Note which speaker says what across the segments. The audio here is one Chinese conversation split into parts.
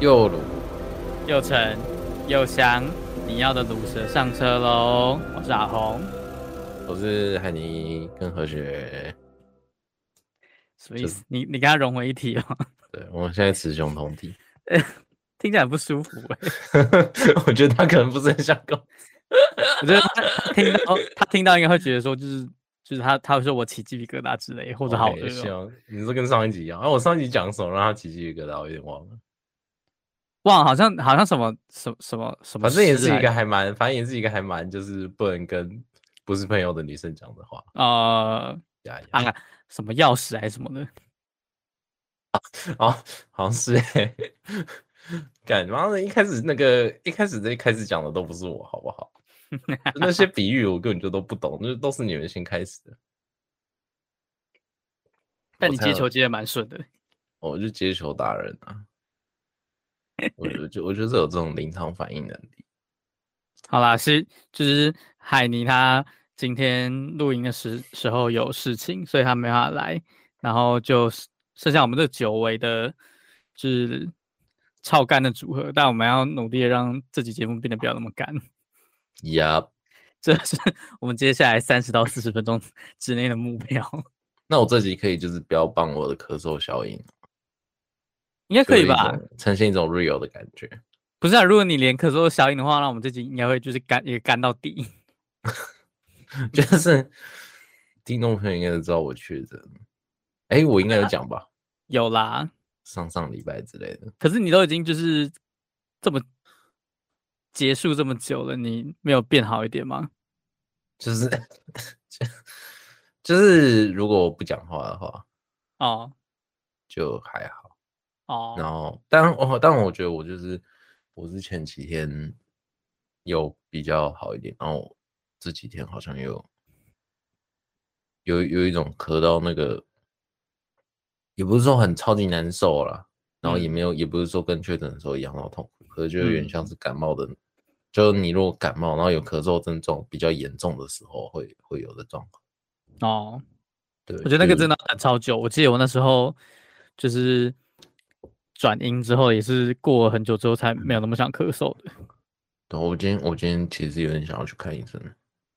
Speaker 1: 右鲁，
Speaker 2: 右城，右翔，你要的卤蛇上车喽！我是阿红，
Speaker 1: 我是海尼跟何雪。
Speaker 2: 什么意思？你你跟他融为一体哦，
Speaker 1: 对，我们现在雌雄同体。
Speaker 2: 听起来很不舒服哎、
Speaker 1: 我觉得他可能不是很想跟我。
Speaker 2: 我觉得他他听到他听到应该会觉得说，就是就是他他会说我起鸡皮疙瘩之 类，或者好恶
Speaker 1: OK，希
Speaker 2: 哦、
Speaker 1: 望你是跟上一集一样。啊，我上一集讲什么让他起鸡皮疙瘩，我有点
Speaker 2: 嗯
Speaker 1: 忘了。
Speaker 2: 哇，好像好像什么什么什么什么
Speaker 1: 反
Speaker 2: 诗
Speaker 1: 正
Speaker 2: 来
Speaker 1: 也
Speaker 2: 着，
Speaker 1: 是一个还
Speaker 2: 啊
Speaker 1: 蛮，反正也是一个还蛮，就是不能跟不是朋友的女生讲的话。
Speaker 2: 呃
Speaker 1: 呀呀，
Speaker 2: 啊什么钥匙还是什么的，
Speaker 1: 哦，好像是 哎、欸，干妈的！一开始那个一开始这一开始讲的都不是我，好不好？就那些比喻我根本就都不懂，那都是你们先开始的。
Speaker 2: 但
Speaker 1: 我
Speaker 2: 你
Speaker 1: 猜
Speaker 2: 接
Speaker 1: 了
Speaker 2: 球接的蛮顺的，
Speaker 1: 我就接球达人 啊！我我就我就是有这种临场反应能力。
Speaker 2: 好啦，是就是海尼他今天录音的时时候有事情，所以他没办法来，然后就剩剩下我们这久违的，就是超干的组合，但我们要努力地让这期节目变得不要那么干，
Speaker 1: 呀、
Speaker 2: 这是我们接下来三十到四十分钟之内的目标，
Speaker 1: 那我这集可以就是不要帮我的咳嗽效应，
Speaker 2: 应该可以吧？？
Speaker 1: 呈现一种 real 的感觉。
Speaker 2: 不是啊，如果你连咳嗽都消音的话，那我们这集应该会就是干也干到底。
Speaker 1: 就是听众朋友应该都知道我确诊，哎、我应该有讲吧，
Speaker 2: 有啦，
Speaker 1: 上上礼拜之类的。
Speaker 2: 可是你都已经就是这么结束这么久了，你没有变好一点吗？
Speaker 1: 就是 就就是如果我不讲话的话，
Speaker 2: 哦
Speaker 1: 就还好。然
Speaker 2: 哦，
Speaker 1: 后，但我但我觉得我就是我是前几天有比较好一点，然后这几天好像又有有一种咳到那个，也不是说很超级难受啦，然后也
Speaker 2: 嗯
Speaker 1: 没有，也不是说跟确诊的时候一样那么痛苦，可是就有点
Speaker 2: 嗯
Speaker 1: 像是感冒的，就是你如果感冒然后有咳嗽症状比较严重的时候会会有的状况。
Speaker 2: 哦，
Speaker 1: 对，
Speaker 2: 我觉得那个真
Speaker 1: 的
Speaker 2: 的要等超久。我记得我那时候就是转阴之后，也是过了很久之后才没有那么想咳嗽的。
Speaker 1: 对，我今天我今天其实有点想要去看医生，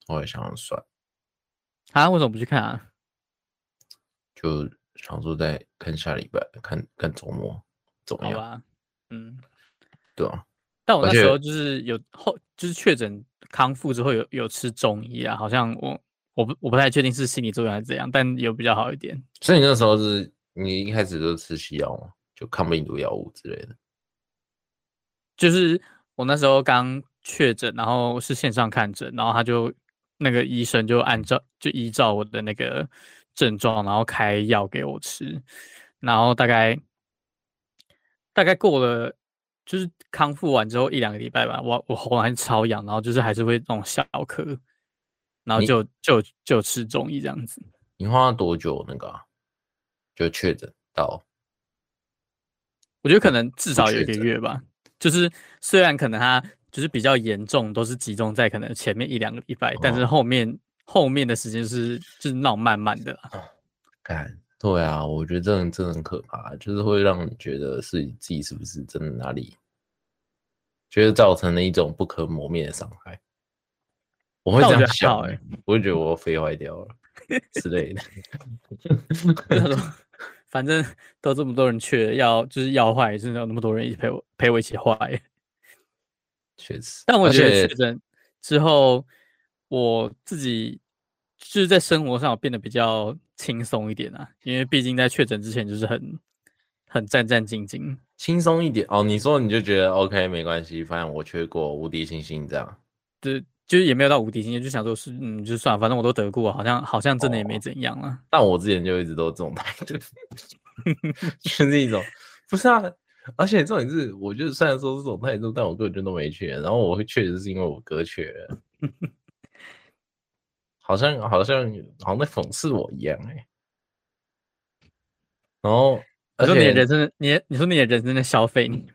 Speaker 1: 我也想要算。
Speaker 2: 啊，为什么不去看啊？
Speaker 1: 就想说再看下礼拜，看看周末怎么
Speaker 2: 好
Speaker 1: 样，
Speaker 2: 吧，嗯，
Speaker 1: 对啊，
Speaker 2: 但我
Speaker 1: 哎而
Speaker 2: 那时
Speaker 1: 且
Speaker 2: 候就是有后，就是确诊康复之后有有吃中医啊，好像我我不我不太确定是心理作用还是怎样，但有比较好一点。
Speaker 1: 所以你那时候是你一开始就是吃西药嘛，就抗病毒药物之类的。
Speaker 2: 就是我那时候刚确诊，然后是线上看诊，然后他就那个医生就按照就依照我的那个症状，然后开药给我吃，然后大概大概过了就是康复完之后一两个礼拜吧，我我喉咙还是超痒，然后就是还是会那种小咳，然后
Speaker 1: 你
Speaker 2: 就就就吃中医这样子。
Speaker 1: 你花了多久那个、啊？就确诊到
Speaker 2: 我觉得可能至少有
Speaker 1: 确
Speaker 2: 一个
Speaker 1: 诊
Speaker 2: 月吧。就是虽然可能它就是比较严重，都是集中在可能前面一两个礼拜，但是
Speaker 1: 哦
Speaker 2: 后面后面的时间是就是那种慢慢的啦。
Speaker 1: 干？对啊，我觉得这种真的很可怕，啊就是会让你觉得是自己是不是真的哪里，觉得造成了一种不可磨灭的伤害。我会
Speaker 2: 但
Speaker 1: 这
Speaker 2: 我
Speaker 1: 样
Speaker 2: 觉得还
Speaker 1: 想
Speaker 2: 好欸，
Speaker 1: 我会觉得我肺坏掉 了之类的。
Speaker 2: 就 他说，反正都这么多人去了，要就是要坏，也是有那么多人一起陪我陪我一起坏。
Speaker 1: 确实，
Speaker 2: 但我
Speaker 1: 而
Speaker 2: 觉得
Speaker 1: 且
Speaker 2: 确诊之后，我自己就是在生活上有变得比较轻松一点啊，因为毕竟在确诊之前就是很很战战兢兢。
Speaker 1: 轻松一点哦。你说你就觉得 OK 没关系，反正我缺过无敌星星这样。
Speaker 2: 对，就是也没有到无敌星，就想说是嗯，就算了，反正我都得过，好像好像真的也
Speaker 1: 哦
Speaker 2: 没怎样了。
Speaker 1: 但我之前就一直都这种态度， 就是一种不是啊。而且重点是，我就虽然说是这种态度，但我根本就都没缺。然后我会确实是因为我哥缺了好像好像好像在讽刺我一样哎、然后，
Speaker 2: 你
Speaker 1: 而
Speaker 2: 说你的
Speaker 1: 且
Speaker 2: 人生的，你的你说你的人生在消费你，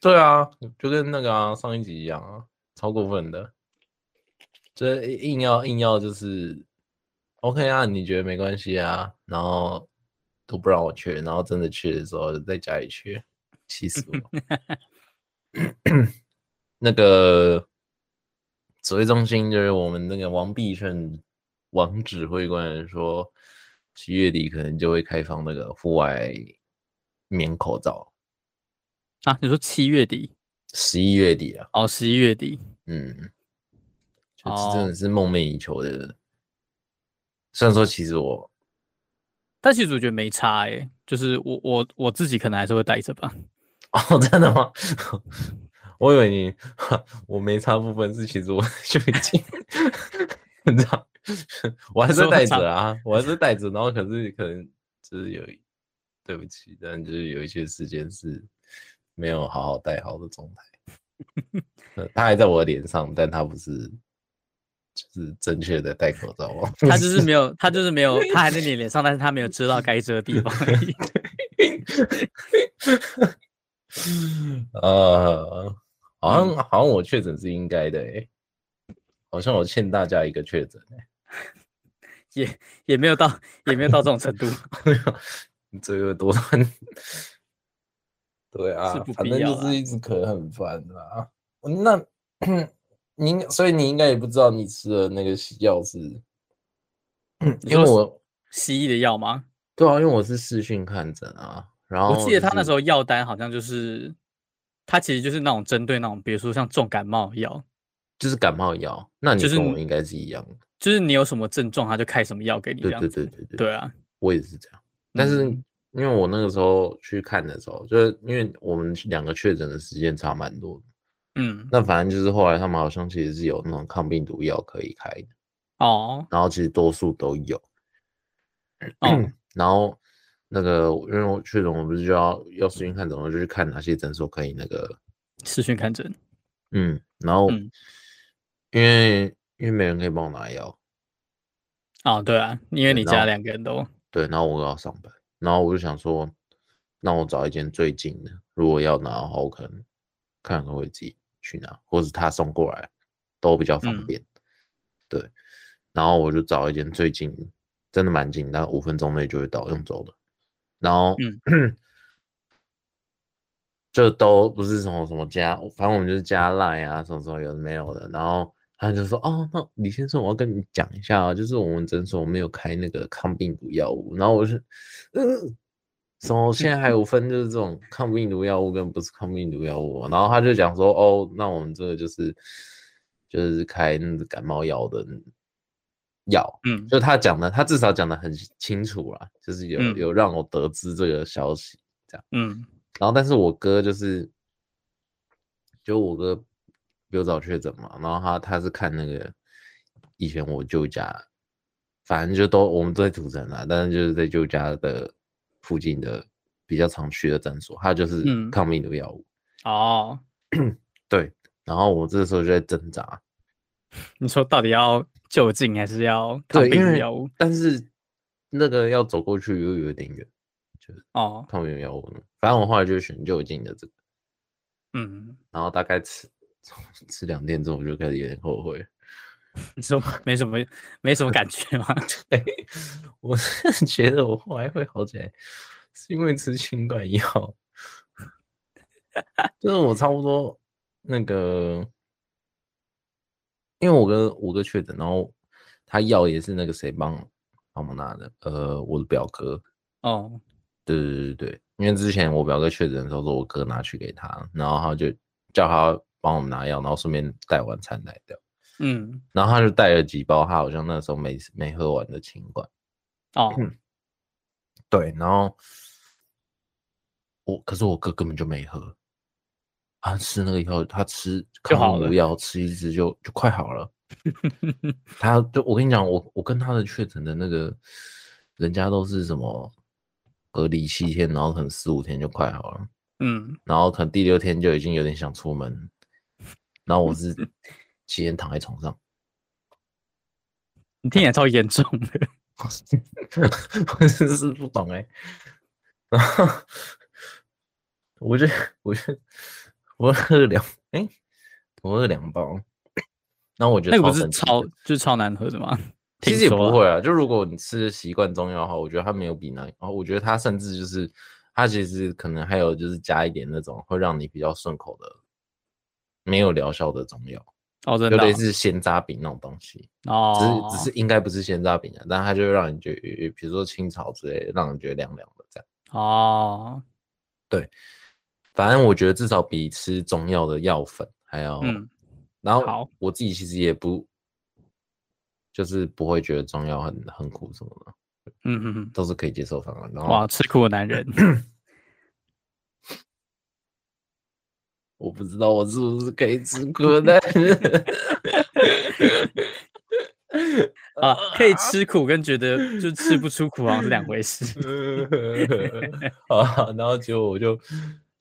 Speaker 1: 对啊，就跟那个啊上一集一样啊，超过分的，这硬要硬要就是 OK 啊，你觉得没关系啊，然后都不让我去，然后真的去的时候在家里去，气死我！ 那个指挥中心就是我们那个王必胜王指挥官说，七月底可能就会开放那个户外免口罩，
Speaker 2: 啊，你说七月底
Speaker 1: 十一月底啊，
Speaker 2: 哦，十一月底，
Speaker 1: 嗯，就
Speaker 2: 哦
Speaker 1: 这真的是梦寐以求的。虽然说其实我
Speaker 2: 但其实我觉得没差诶、就是我我我自己可能还是会戴着吧。
Speaker 1: 哦，真的吗？ 我以为你我没差部分是，其实我 就已经很长，我还
Speaker 2: 你
Speaker 1: 是
Speaker 2: 说
Speaker 1: 带
Speaker 2: 长
Speaker 1: 着啊，我还是带着，然后可是可能就是有一，对不起，但就是有一些时间是没有好好带好的状态呃。它还在我的脸上，但它不是，就是正确的戴口罩哦。
Speaker 2: 他就是没有，他就是没有，他还在你脸上，但是他没有遮到该遮的地方而已。 嗯
Speaker 1: 呃，好像好像我确诊是应该的哎、好像我欠大家一个确诊哎，
Speaker 2: 也也没有到，也没有到这种程度。
Speaker 1: 罪恶欸多端。 对啊
Speaker 2: 是不，
Speaker 1: 反
Speaker 2: 必
Speaker 1: 正
Speaker 2: 要
Speaker 1: 就
Speaker 2: 啦
Speaker 1: 是一直咳很烦啦。那你应所以你应该也不知道你吃的那个药是，因为
Speaker 2: 说嗯是
Speaker 1: 我
Speaker 2: 西医的药吗？
Speaker 1: 对啊，因为我是视讯看诊啊，然后
Speaker 2: 我记得他那时
Speaker 1: 候
Speaker 2: 候药单好像就是，他其实就是那种针对那种，比如说像重感冒药，
Speaker 1: 就是感冒药，那你
Speaker 2: 就
Speaker 1: 跟
Speaker 2: 是
Speaker 1: 我应该是一样的。
Speaker 2: 就是你有什么症状，他就开什么药给你这
Speaker 1: 对
Speaker 2: 样
Speaker 1: 对
Speaker 2: 子。
Speaker 1: 对对对
Speaker 2: 对啊，
Speaker 1: 我也是这样。但是
Speaker 2: 嗯
Speaker 1: 因为我那个时候去看的时候，就是因为我们两个确诊的时间差蛮多的，
Speaker 2: 嗯，
Speaker 1: 那反正就是后来他们好像其实是有那种抗病毒药可以开的，
Speaker 2: 哦
Speaker 1: 然后其实多数都有。
Speaker 2: 哦
Speaker 1: 然后那个因为我确诊，我不是就要要视讯看诊，我就去看哪些诊所可以那个，
Speaker 2: 视讯看诊，
Speaker 1: 嗯，然后、
Speaker 2: 嗯
Speaker 1: 因为因为没人可以帮我拿药，
Speaker 2: 哦对啊，因为
Speaker 1: 对
Speaker 2: 你
Speaker 1: 然后
Speaker 2: 家两个人都
Speaker 1: 对，然后我要上班，然后我就想说，那我找一间最近的，如果要拿的话，我可能看可不可以自己去拿，或是他送过来，都比较方
Speaker 2: 嗯
Speaker 1: 便。对，然后我就找一间最近，真的蛮近，但五分钟内就会到，用走的。然后，就都不是什么什么加，反正我们就是加 line 啊，什么什么有的没有的。然后他就说：“哦，那李先生，我要跟你讲一下啊，就是我们诊所没有开那个抗病毒药物。”然后我是，嗯，什么现在还有分就是这种抗病毒药物跟不是抗病毒药物啊。然后他就讲说：“哦，那我们这个就是就是开那个感冒药的药。”
Speaker 2: 嗯
Speaker 1: 就他讲的，他至少讲的很清楚啦，就是有、
Speaker 2: 嗯
Speaker 1: 有让我得知这个消息。
Speaker 2: 嗯
Speaker 1: 然后但是我哥就是，就我哥比我早确诊嘛，然后他他是看那个以前我舅家，反正就都我们都在土城啊，但是就是在舅家的附近的比较常去的诊所，他就是
Speaker 2: 嗯
Speaker 1: 抗病毒药物。
Speaker 2: 哦，
Speaker 1: 对，然后我这时候就在挣扎，
Speaker 2: 你说到底要就近还是要抗
Speaker 1: 对，
Speaker 2: 病
Speaker 1: 因
Speaker 2: 毒
Speaker 1: 为
Speaker 2: 药物？
Speaker 1: 但是那个要走过去又有点远，就是
Speaker 2: 哦，
Speaker 1: 抗病毒药物呢。反正我后来就选就近的这个，
Speaker 2: 嗯，
Speaker 1: 然后大概吃 吃两天之后，我就开始有点后悔。
Speaker 2: 你说没什么没什么感觉吗？
Speaker 1: 我是觉得我后来会好起来，是因为吃清管药。 就是我差不多那个，因为我跟我哥确诊，然后他药也是那个谁帮帮忙拿的，呃，我的表哥。
Speaker 2: 哦，
Speaker 1: 对对对对，因为之前我表哥确诊的时候，是我哥拿去给他，然后他就叫他帮我们拿药，然后顺便带晚餐来掉，
Speaker 2: 嗯
Speaker 1: 然后他就带了几包他好像那时候没没喝完的清管。
Speaker 2: 哦，
Speaker 1: 嗯对，然后我可是我哥根本就没喝，他吃那个以后，他吃
Speaker 2: 就好
Speaker 1: 抗病毒
Speaker 2: 了
Speaker 1: 药吃一支就就快好 了。他就我跟你讲，我我跟他的确诊的那个，人家都是什么隔离七天，然后可能四五天就快好了，
Speaker 2: 嗯
Speaker 1: 然后可能第六天就已经有点想出门，然后我 是七天躺在床上，
Speaker 2: 你听起来超严重的。
Speaker 1: 我真是不懂哎、然后我就我就我喝了两哎、我喝了两包，然后我觉得
Speaker 2: 那个
Speaker 1: 超
Speaker 2: 不是
Speaker 1: 神奇的
Speaker 2: 超就是超难喝的吗？
Speaker 1: 其
Speaker 2: 听
Speaker 1: 实也
Speaker 2: 说
Speaker 1: 不啊
Speaker 2: 啦
Speaker 1: 哦会啊，就如果你吃习惯中药的话，我觉得它没有比那，然后我觉得它甚至就是它其实可能还有就是加一点那种会让你比较顺口的，没有疗效的中药，
Speaker 2: 哦，真
Speaker 1: 就
Speaker 2: 的
Speaker 1: 类似鲜渣饼那种东西，
Speaker 2: 哦，
Speaker 1: 只是只是应该不是鲜渣饼啊，但它就会让你觉得，比如说青草之类的，让人觉得凉凉的这样。
Speaker 2: 哦，
Speaker 1: 反正我觉得至少比吃中药的药粉还要，
Speaker 2: 嗯
Speaker 1: 然后
Speaker 2: 好
Speaker 1: 我自己其实也不，就是不会觉得中药很很苦什么的，
Speaker 2: 嗯嗯嗯，
Speaker 1: 都是可以接受范围。然后
Speaker 2: 哇，吃苦的 男人，
Speaker 1: 我不知道我是不是可以吃 苦的，
Speaker 2: 啊，可以吃苦跟觉得就吃不出苦好像是两回事。
Speaker 1: 啊，然后结果我就，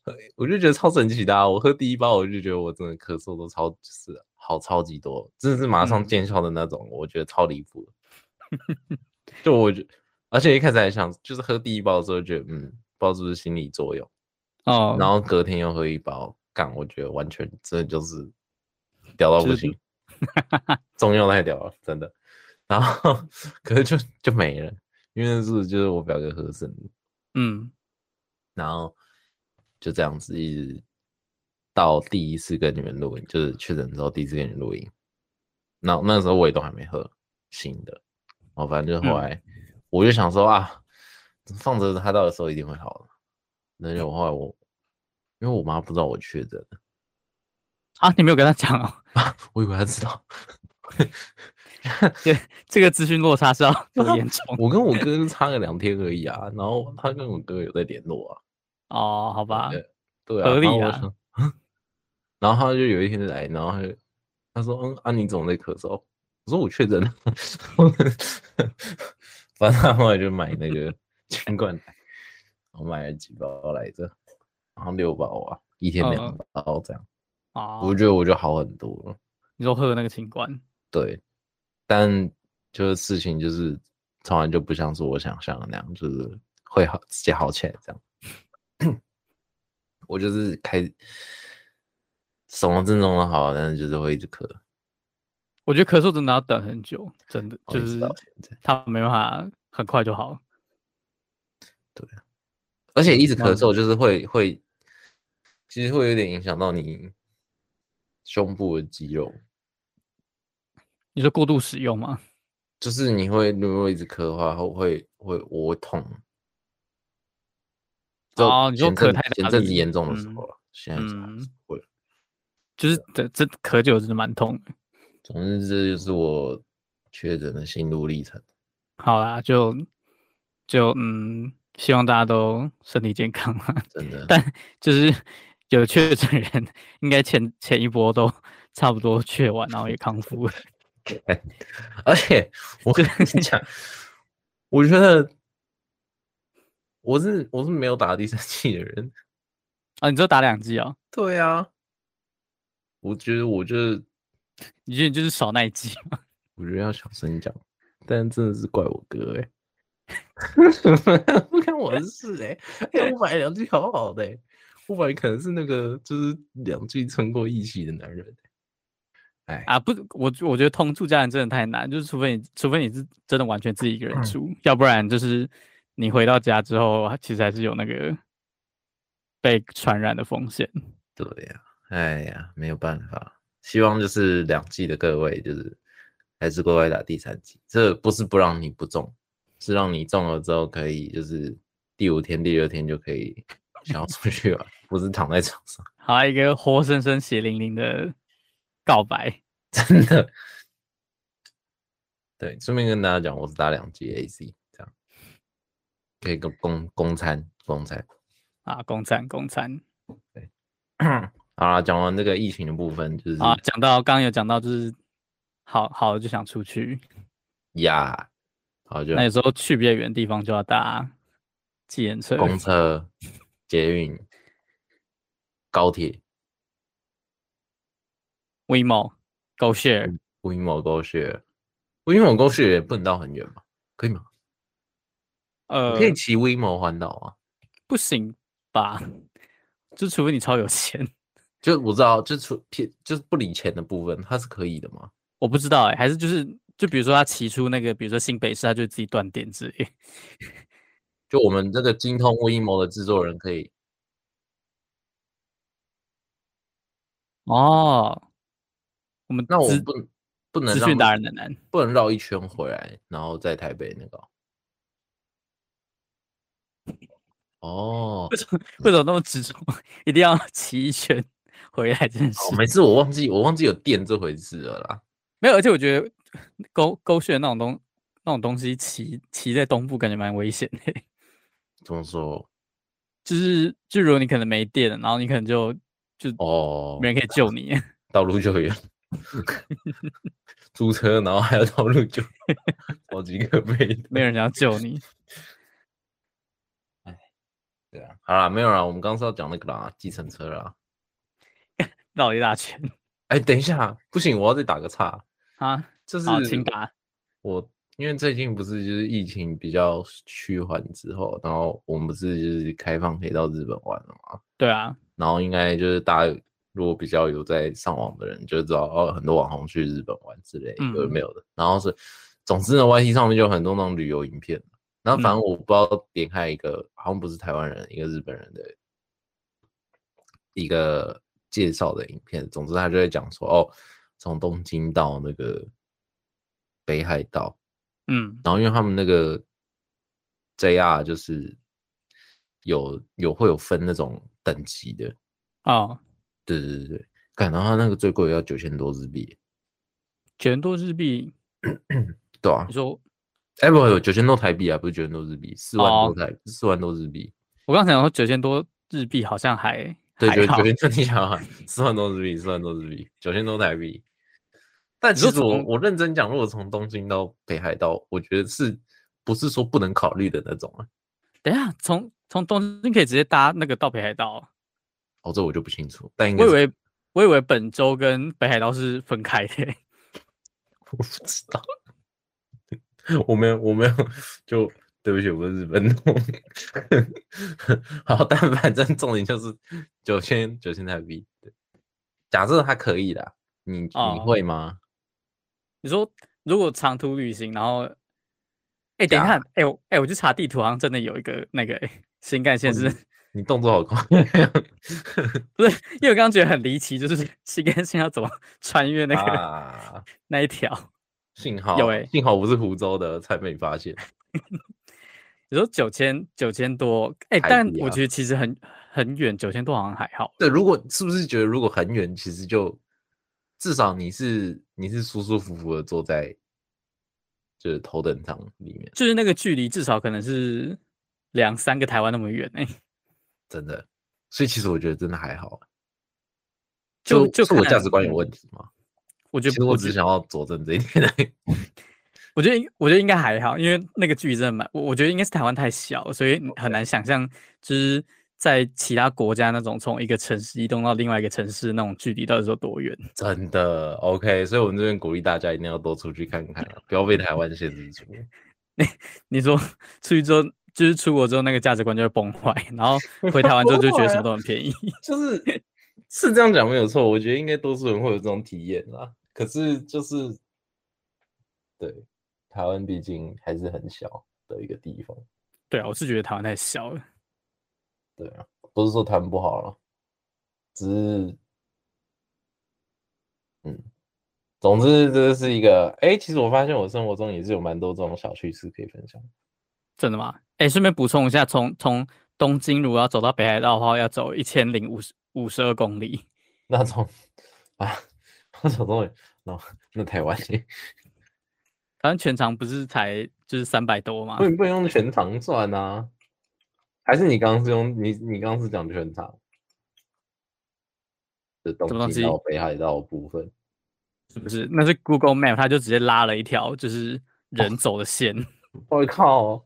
Speaker 1: 呃我就觉得超神奇的、啊。我喝第一包，我就觉得我真的咳嗽都超，就是好超级多，真的是马上
Speaker 2: 嗯
Speaker 1: 见效的那种，我觉得超离谱的就我觉，而且一开始还想，就是喝第一包的时候觉得，嗯，不知道是不是心理作用。
Speaker 2: 哦，
Speaker 1: 然后隔天又喝一包，干，我觉得完全真的就是屌到
Speaker 2: 就
Speaker 1: 不
Speaker 2: 是
Speaker 1: 行，中药太屌了，真的。然后 可是就就没了，因为那是就是我表哥喝剩的，
Speaker 2: 嗯，
Speaker 1: 然后就这样子一直到第一次跟你们录音，就是确诊之后第一次跟你们录音，那那时候我也都还没喝新的，我反正就后
Speaker 2: 嗯
Speaker 1: 来、我就想说啊，放着它到的时候一定会好的。那就后来我，因为我妈不知道我确诊，
Speaker 2: 啊，你没有跟他讲哦，
Speaker 1: 我以为她知道。
Speaker 2: 这个资讯落差是 要多严重
Speaker 1: 我跟我哥就差个两天而已啊，然后她跟我哥有在联络啊，
Speaker 2: 哦？好吧，
Speaker 1: 对啊，
Speaker 2: 合理
Speaker 1: 然后我
Speaker 2: 啊
Speaker 1: 想。然后他就有一天来，然后他就他说：“嗯，啊，你总在咳嗽。”我说：“我确诊了。” 反正他后来就买那 个清冠奶，我买了几包来着，然后六包啊，一天
Speaker 2: 嗯
Speaker 1: 两包这样，我
Speaker 2: 哦，
Speaker 1: 觉得我就好很多了。
Speaker 2: 你说喝那个清冠，
Speaker 1: 对，但就是事情就是从来就不像是我想象的那样，就是会好直接好起来这样。我就是开什么症状都好，但是就是会一直咳，
Speaker 2: 我觉得咳嗽真的要等很久，真的
Speaker 1: 然后
Speaker 2: 就
Speaker 1: 一直
Speaker 2: 是
Speaker 1: 到现在，
Speaker 2: 他没办法很快就好。
Speaker 1: 而且一直咳
Speaker 2: 然后
Speaker 1: 嗽就是会会，其实会有点影响到你胸部的肌肉，
Speaker 2: 你说过度使用吗？
Speaker 1: 就是你会如果一直咳的话，会会会我会痛。就
Speaker 2: 哦你说
Speaker 1: 前阵
Speaker 2: 咳太
Speaker 1: 前
Speaker 2: 大
Speaker 1: 阵子
Speaker 2: 力
Speaker 1: 严重的时
Speaker 2: 嗯
Speaker 1: 候了，现在是还是
Speaker 2: 嗯
Speaker 1: 会。
Speaker 2: 就是这这咳久真的蛮痛的。
Speaker 1: 总之，这就是我确诊的心路历程。
Speaker 2: 好啦，就就嗯，希望大家都身体健康啊啦。
Speaker 1: 真的，
Speaker 2: 但就是有确诊人，应该前前一波都 差不多确完，然后也康复了。
Speaker 1: 而 且我跟你讲，我觉得我是我是没有打第三剂的人。
Speaker 2: 啊，你就打两剂哦，
Speaker 1: 对啊，我觉得我就是
Speaker 2: 你觉得你就是少那一剂吗？
Speaker 1: 我觉得要小声讲，但真的是怪我哥 哎、欸，不干我的事哎、欸，哎、我买两句好好的、欸，我本来可能是那个就是两句撑过一起的男人、哎、
Speaker 2: 啊，不，我我觉得同住家人真的太难，就是除非你，除非你是真的完全自己一个人住，要不然就是你回到家之后，其实还是有那个被传染的风险。
Speaker 1: 对呀、哎呀，没有办法。希望就是两季的各位，就是还是乖乖打第三季。这不是不让你不中，是让你中了之后可以就是第五天、第六天就可以想要出去玩， 不是躺在床上。
Speaker 2: 好，一个活生生、血淋淋的告白。
Speaker 1: 真的。对，顺便跟大家讲，我是打两季 AC，这样可以个公公餐公餐。
Speaker 2: 啊，公餐公餐
Speaker 1: 好啦，讲完这个疫情的部分，就是
Speaker 2: 啊，讲到刚刚有讲到，就是好好的就想出去，
Speaker 1: 呀，好就
Speaker 2: 那有时候去比较远的地方就要搭计程车。
Speaker 1: 公车、捷运、高铁、
Speaker 2: WeMo、GoShare
Speaker 1: 乌云某沟穴，乌云某沟穴也不能到很远吧？可以吗？
Speaker 2: 呃
Speaker 1: 你可以骑乌云某环岛啊。
Speaker 2: 不行吧？就除非你超有钱，
Speaker 1: 就我知道，就除撇就是不理钱的部分，它是可以的嘛。
Speaker 2: 我不知道哎、还是就是就比如说他骑出那个，比如说新北市，他就自己断电之类，
Speaker 1: 就我们这个精通微谋的制作人可以
Speaker 2: 哦，我们
Speaker 1: 那我
Speaker 2: 资
Speaker 1: 不能不能
Speaker 2: 资
Speaker 1: 让嗯
Speaker 2: 讯达人的难，
Speaker 1: 不能绕一圈回来，然后在台北那个哦。 哦，
Speaker 2: 为什么那么执着， 一定要骑一圈回来这件事
Speaker 1: 哦？每次我忘记我忘记有电这回事了啦。
Speaker 2: 没有，而且我觉得勾勾穴那种东那种东西骑骑在东部感觉蛮危险的，欸
Speaker 1: 怎么说？
Speaker 2: 就是就如果你可能没电了，然后你可能就就
Speaker 1: 哦，
Speaker 2: 没人可以救你。
Speaker 1: 道路救 援，租车然后还要道路救 援，好几个倍的。
Speaker 2: 没有人要救 你。
Speaker 1: 对啊，好啦，没有啦，我们刚刚是要讲那个啦，计程车啦。
Speaker 2: 绕一 大圈
Speaker 1: 哎，等一下，不行，我要再打个岔，
Speaker 2: 啊！
Speaker 1: 就
Speaker 2: 好，
Speaker 1: 是
Speaker 2: 请打。
Speaker 1: 我因为最近不是就是疫情比较趋缓之后，然后我们不是就是开放可以到日本玩了嘛，
Speaker 2: 对啊，
Speaker 1: 然后应该就是大家如果比较有在上网的人就知道哦，很多网红去日本玩之类
Speaker 2: 嗯
Speaker 1: 有的没有的，然后是总之呢，YT 上面就有很多那种旅游影片，然后反正我不知道点开一个好像不是台湾人，一个日本人的一个介绍的影片，总之他就会讲说哦，从东京到那个北海道。
Speaker 2: 嗯，
Speaker 1: 然后因为他们那个 JR 就是有有会有分那种等级的，
Speaker 2: 哦，
Speaker 1: 对对对对，干，然后他那个最贵要九千多日币，
Speaker 2: 九千多日币，
Speaker 1: 对啊
Speaker 2: 你，说
Speaker 1: 哎不不，九千多台币啊，不是九千多日币，四万
Speaker 2: 哦
Speaker 1: 多台，四、万多日币，
Speaker 2: 我刚才想说九千多日币好像还
Speaker 1: 对，九
Speaker 2: 还好
Speaker 1: 九，千多，你想啊，四万多日币，四万多日币，九千多台币。但
Speaker 2: 你
Speaker 1: 其
Speaker 2: 说
Speaker 1: 实我
Speaker 2: 从
Speaker 1: 我认真讲，如果从东京到北海道，我觉得是不是说不能考虑的那种啊？
Speaker 2: 等一下从从东京可以直接搭那个到北海道，
Speaker 1: 哦，这我就不清楚，但应该
Speaker 2: 我以
Speaker 1: 是
Speaker 2: 为我以为本州跟北海道是分开的，
Speaker 1: 我不知道，我没有，我没有，就对不起，我不是日本人。 好，但反正重点就是九千九千台币。对假设他可以的，你你
Speaker 2: 哦
Speaker 1: 会吗？
Speaker 2: 你说如果长途旅行，然后，哎、等一
Speaker 1: 对啊
Speaker 2: 下，哎、我哎、我去查地图，好像真的有一个那个、 哎新干线是，
Speaker 1: 哦你动作好快，
Speaker 2: 不是？因为我刚刚觉得很离奇，就是 新干线要怎么 穿越 那个、
Speaker 1: 啊！
Speaker 2: 那一条？
Speaker 1: 幸好
Speaker 2: 欸
Speaker 1: 幸好我是湖州的，才被发现。
Speaker 2: 你说九千九千多，哎、
Speaker 1: 台
Speaker 2: 但
Speaker 1: 币
Speaker 2: 我
Speaker 1: 啊
Speaker 2: 觉得其实很很远，九千多好像还好。
Speaker 1: 对，如果是不是觉得如果很远，其实就至少你是你是舒舒服服的坐在就是头等舱里面，
Speaker 2: 就是那个距离至少可能是两三个台湾那么远哎、
Speaker 1: 真的。所以其实我觉得真的还好。
Speaker 2: 就是就是
Speaker 1: 我
Speaker 2: 看
Speaker 1: 价值观有
Speaker 2: 嗯
Speaker 1: 问题吗？
Speaker 2: 我觉
Speaker 1: 其
Speaker 2: 得
Speaker 1: 实我
Speaker 2: 我
Speaker 1: 只
Speaker 2: 觉
Speaker 1: 是
Speaker 2: 得
Speaker 1: 想要佐证这一点而已。
Speaker 2: 我觉得应我觉得应该还好，因为那个距离真的蛮，我我觉得应该是台湾太小了，所以你很难想象就是在其他国家那种从一个城市移动到另外一个城市那种距离到底有多远。
Speaker 1: 真的，OK，所以我们这边鼓励大家一定要多出去看看啊，不要被台湾限制住。
Speaker 2: 你说出去之后，就是出国之后那个价值观就会崩坏，然后回台湾之后就觉得什么都很便宜。
Speaker 1: 就是是这样讲没有错，我觉得应该多数人会有这种体验啦。可是就是对台湾毕竟还是很小的一个地方，
Speaker 2: 对啊，我是觉得台湾太小了。
Speaker 1: 对啊，不是说谈不好了，只是，嗯，总之这是一个，哎、其实我发现我生活中也是有蛮多这种小趣事可以分享。
Speaker 2: 真的吗？哎、顺便补充一下，从从东京如果要走到北海道的话，要走一千零五十五十二公里。
Speaker 1: 那种啊，那种东西，那那台湾，
Speaker 2: 台湾全长不是才就是三百多吗
Speaker 1: 不？不用全长算啊？还是你刚刚是用你你刚刚是讲全长？是东
Speaker 2: 什么东
Speaker 1: 京
Speaker 2: 西
Speaker 1: 到北海道的部分，
Speaker 2: 是不是？那是 Google Map，它就直接拉了一条就是人走的线，
Speaker 1: 我靠，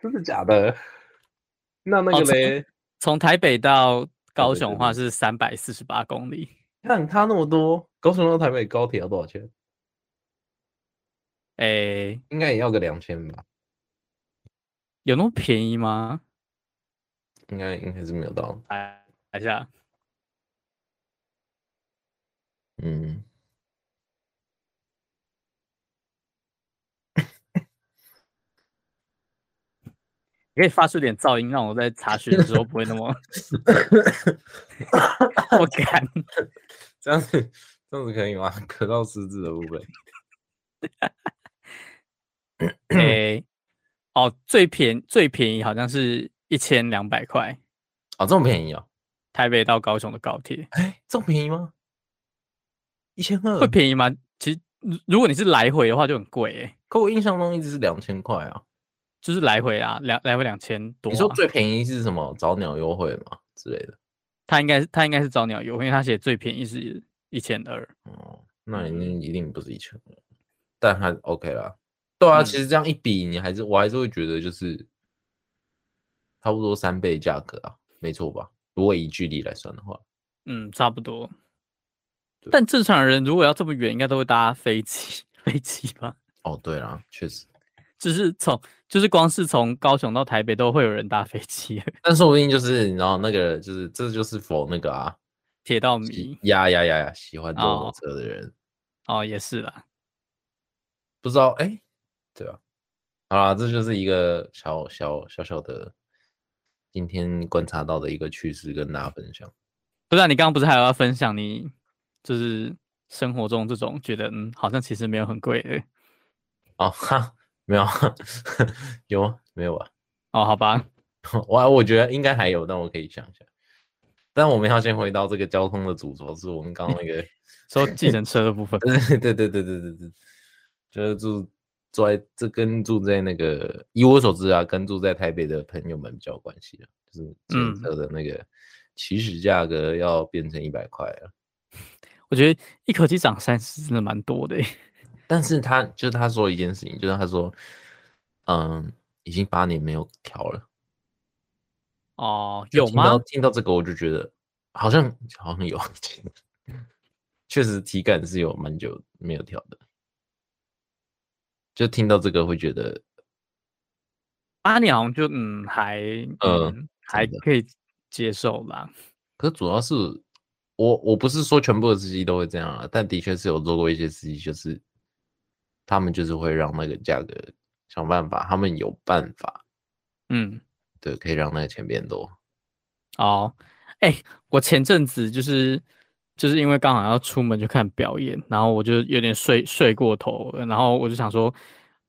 Speaker 1: 真的假的？那那
Speaker 2: 哦
Speaker 1: 个
Speaker 2: 这
Speaker 1: 嘞？
Speaker 2: 从台北到高
Speaker 1: 对
Speaker 2: 雄的
Speaker 1: 对
Speaker 2: 话是三百四十八公里，
Speaker 1: 看它那么多，高雄到台北高铁要多少钱？
Speaker 2: 哎、
Speaker 1: 应该也要个两千吧？
Speaker 2: 有那么便宜吗？
Speaker 1: 应该应该是没有到。
Speaker 2: 来一下，
Speaker 1: 嗯，
Speaker 2: 你可以发出点噪音，让我在查询的时候不会 那么我干。
Speaker 1: 这样子这样子可以吗？咳到失智的部分，
Speaker 2: 诶、哦，最便最便宜好像是一千两百块，
Speaker 1: 哦，这么便宜哦？
Speaker 2: 台北到高雄的高铁
Speaker 1: 哎，这么便宜吗？一千二
Speaker 2: 会，便宜吗？其实如如果你是来回的话就很贵、诶，
Speaker 1: 可我印象中一直是两千块啊。
Speaker 2: 就是来回啊，两来回两千多、啊。
Speaker 1: 你说最便宜是什么？早鸟优惠嘛之类的。
Speaker 2: 他应该是他应该是早鸟优惠，因为他写最便宜是一千二。
Speaker 1: 哦，那一定一定不是一千二，但还 OK 啦。对啊，
Speaker 2: 嗯
Speaker 1: 其实这样一比，你还是我还是会觉得就是差不多三倍价格啊，没错吧？如果以距离来算的话，
Speaker 2: 嗯，差不多
Speaker 1: 对。
Speaker 2: 但正常人如果要这么远，应该都会搭飞机， 飞机吧？
Speaker 1: 哦，对啦，确实，
Speaker 2: 就是从就是光是从高雄到台北都会有人搭飞机，
Speaker 1: 但说不定就是你知道那个就是这就是否那个啊，
Speaker 2: 铁道迷
Speaker 1: 喜呀呀呀呀，喜欢坐火
Speaker 2: 哦
Speaker 1: 车的人，
Speaker 2: 哦也是啦。
Speaker 1: 不知道哎、对吧、啊？好啦，这就是一个小小小小的今天观察到的一个趋势，跟大家分享。
Speaker 2: 不是、啊、你刚刚不是还有要分享你就是生活中这种觉得嗯好像其实没有很贵的
Speaker 1: 哦，哈，没有 啊，有吗？没有吧？
Speaker 2: 哦？好吧，
Speaker 1: 我我觉得应该还有，但我可以想一下。但我们要先回到这个交通的主轴，是我们刚刚那个，，
Speaker 2: 说计程车的部分
Speaker 1: 对对对对对对对，就是住住在这跟住在那个，以我所知啊，跟住在台北的朋友们比较有关系啊，就是计程
Speaker 2: 嗯
Speaker 1: 车的那个起始价格要变成一百块啊了。
Speaker 2: 我觉得一口气涨三十真的蛮多的耶。欸
Speaker 1: 但是他就是他说一件事情，就是他说，嗯，已经八年没有调了。
Speaker 2: 哦，
Speaker 1: 就
Speaker 2: 有
Speaker 1: 听到
Speaker 2: 吗？
Speaker 1: 听到这个，我就觉得好像好像有， 确实体感是有蛮久没有调的。就听到这个会觉得，
Speaker 2: 八年好像就嗯还嗯、
Speaker 1: 呃
Speaker 2: 还
Speaker 1: 真的
Speaker 2: 可以接受啦。
Speaker 1: 可主要是我我不是说全部的司机都会这样啊，但的确是有做过一些司机，就是他们就是会让那个价格想办法，他们有办法，
Speaker 2: 嗯，
Speaker 1: 对，可以让那个钱变多。
Speaker 2: 哦，哎、我前阵子就是就是因为刚好要出门去看表演，然后我就有点睡睡过头了，然后我就想说，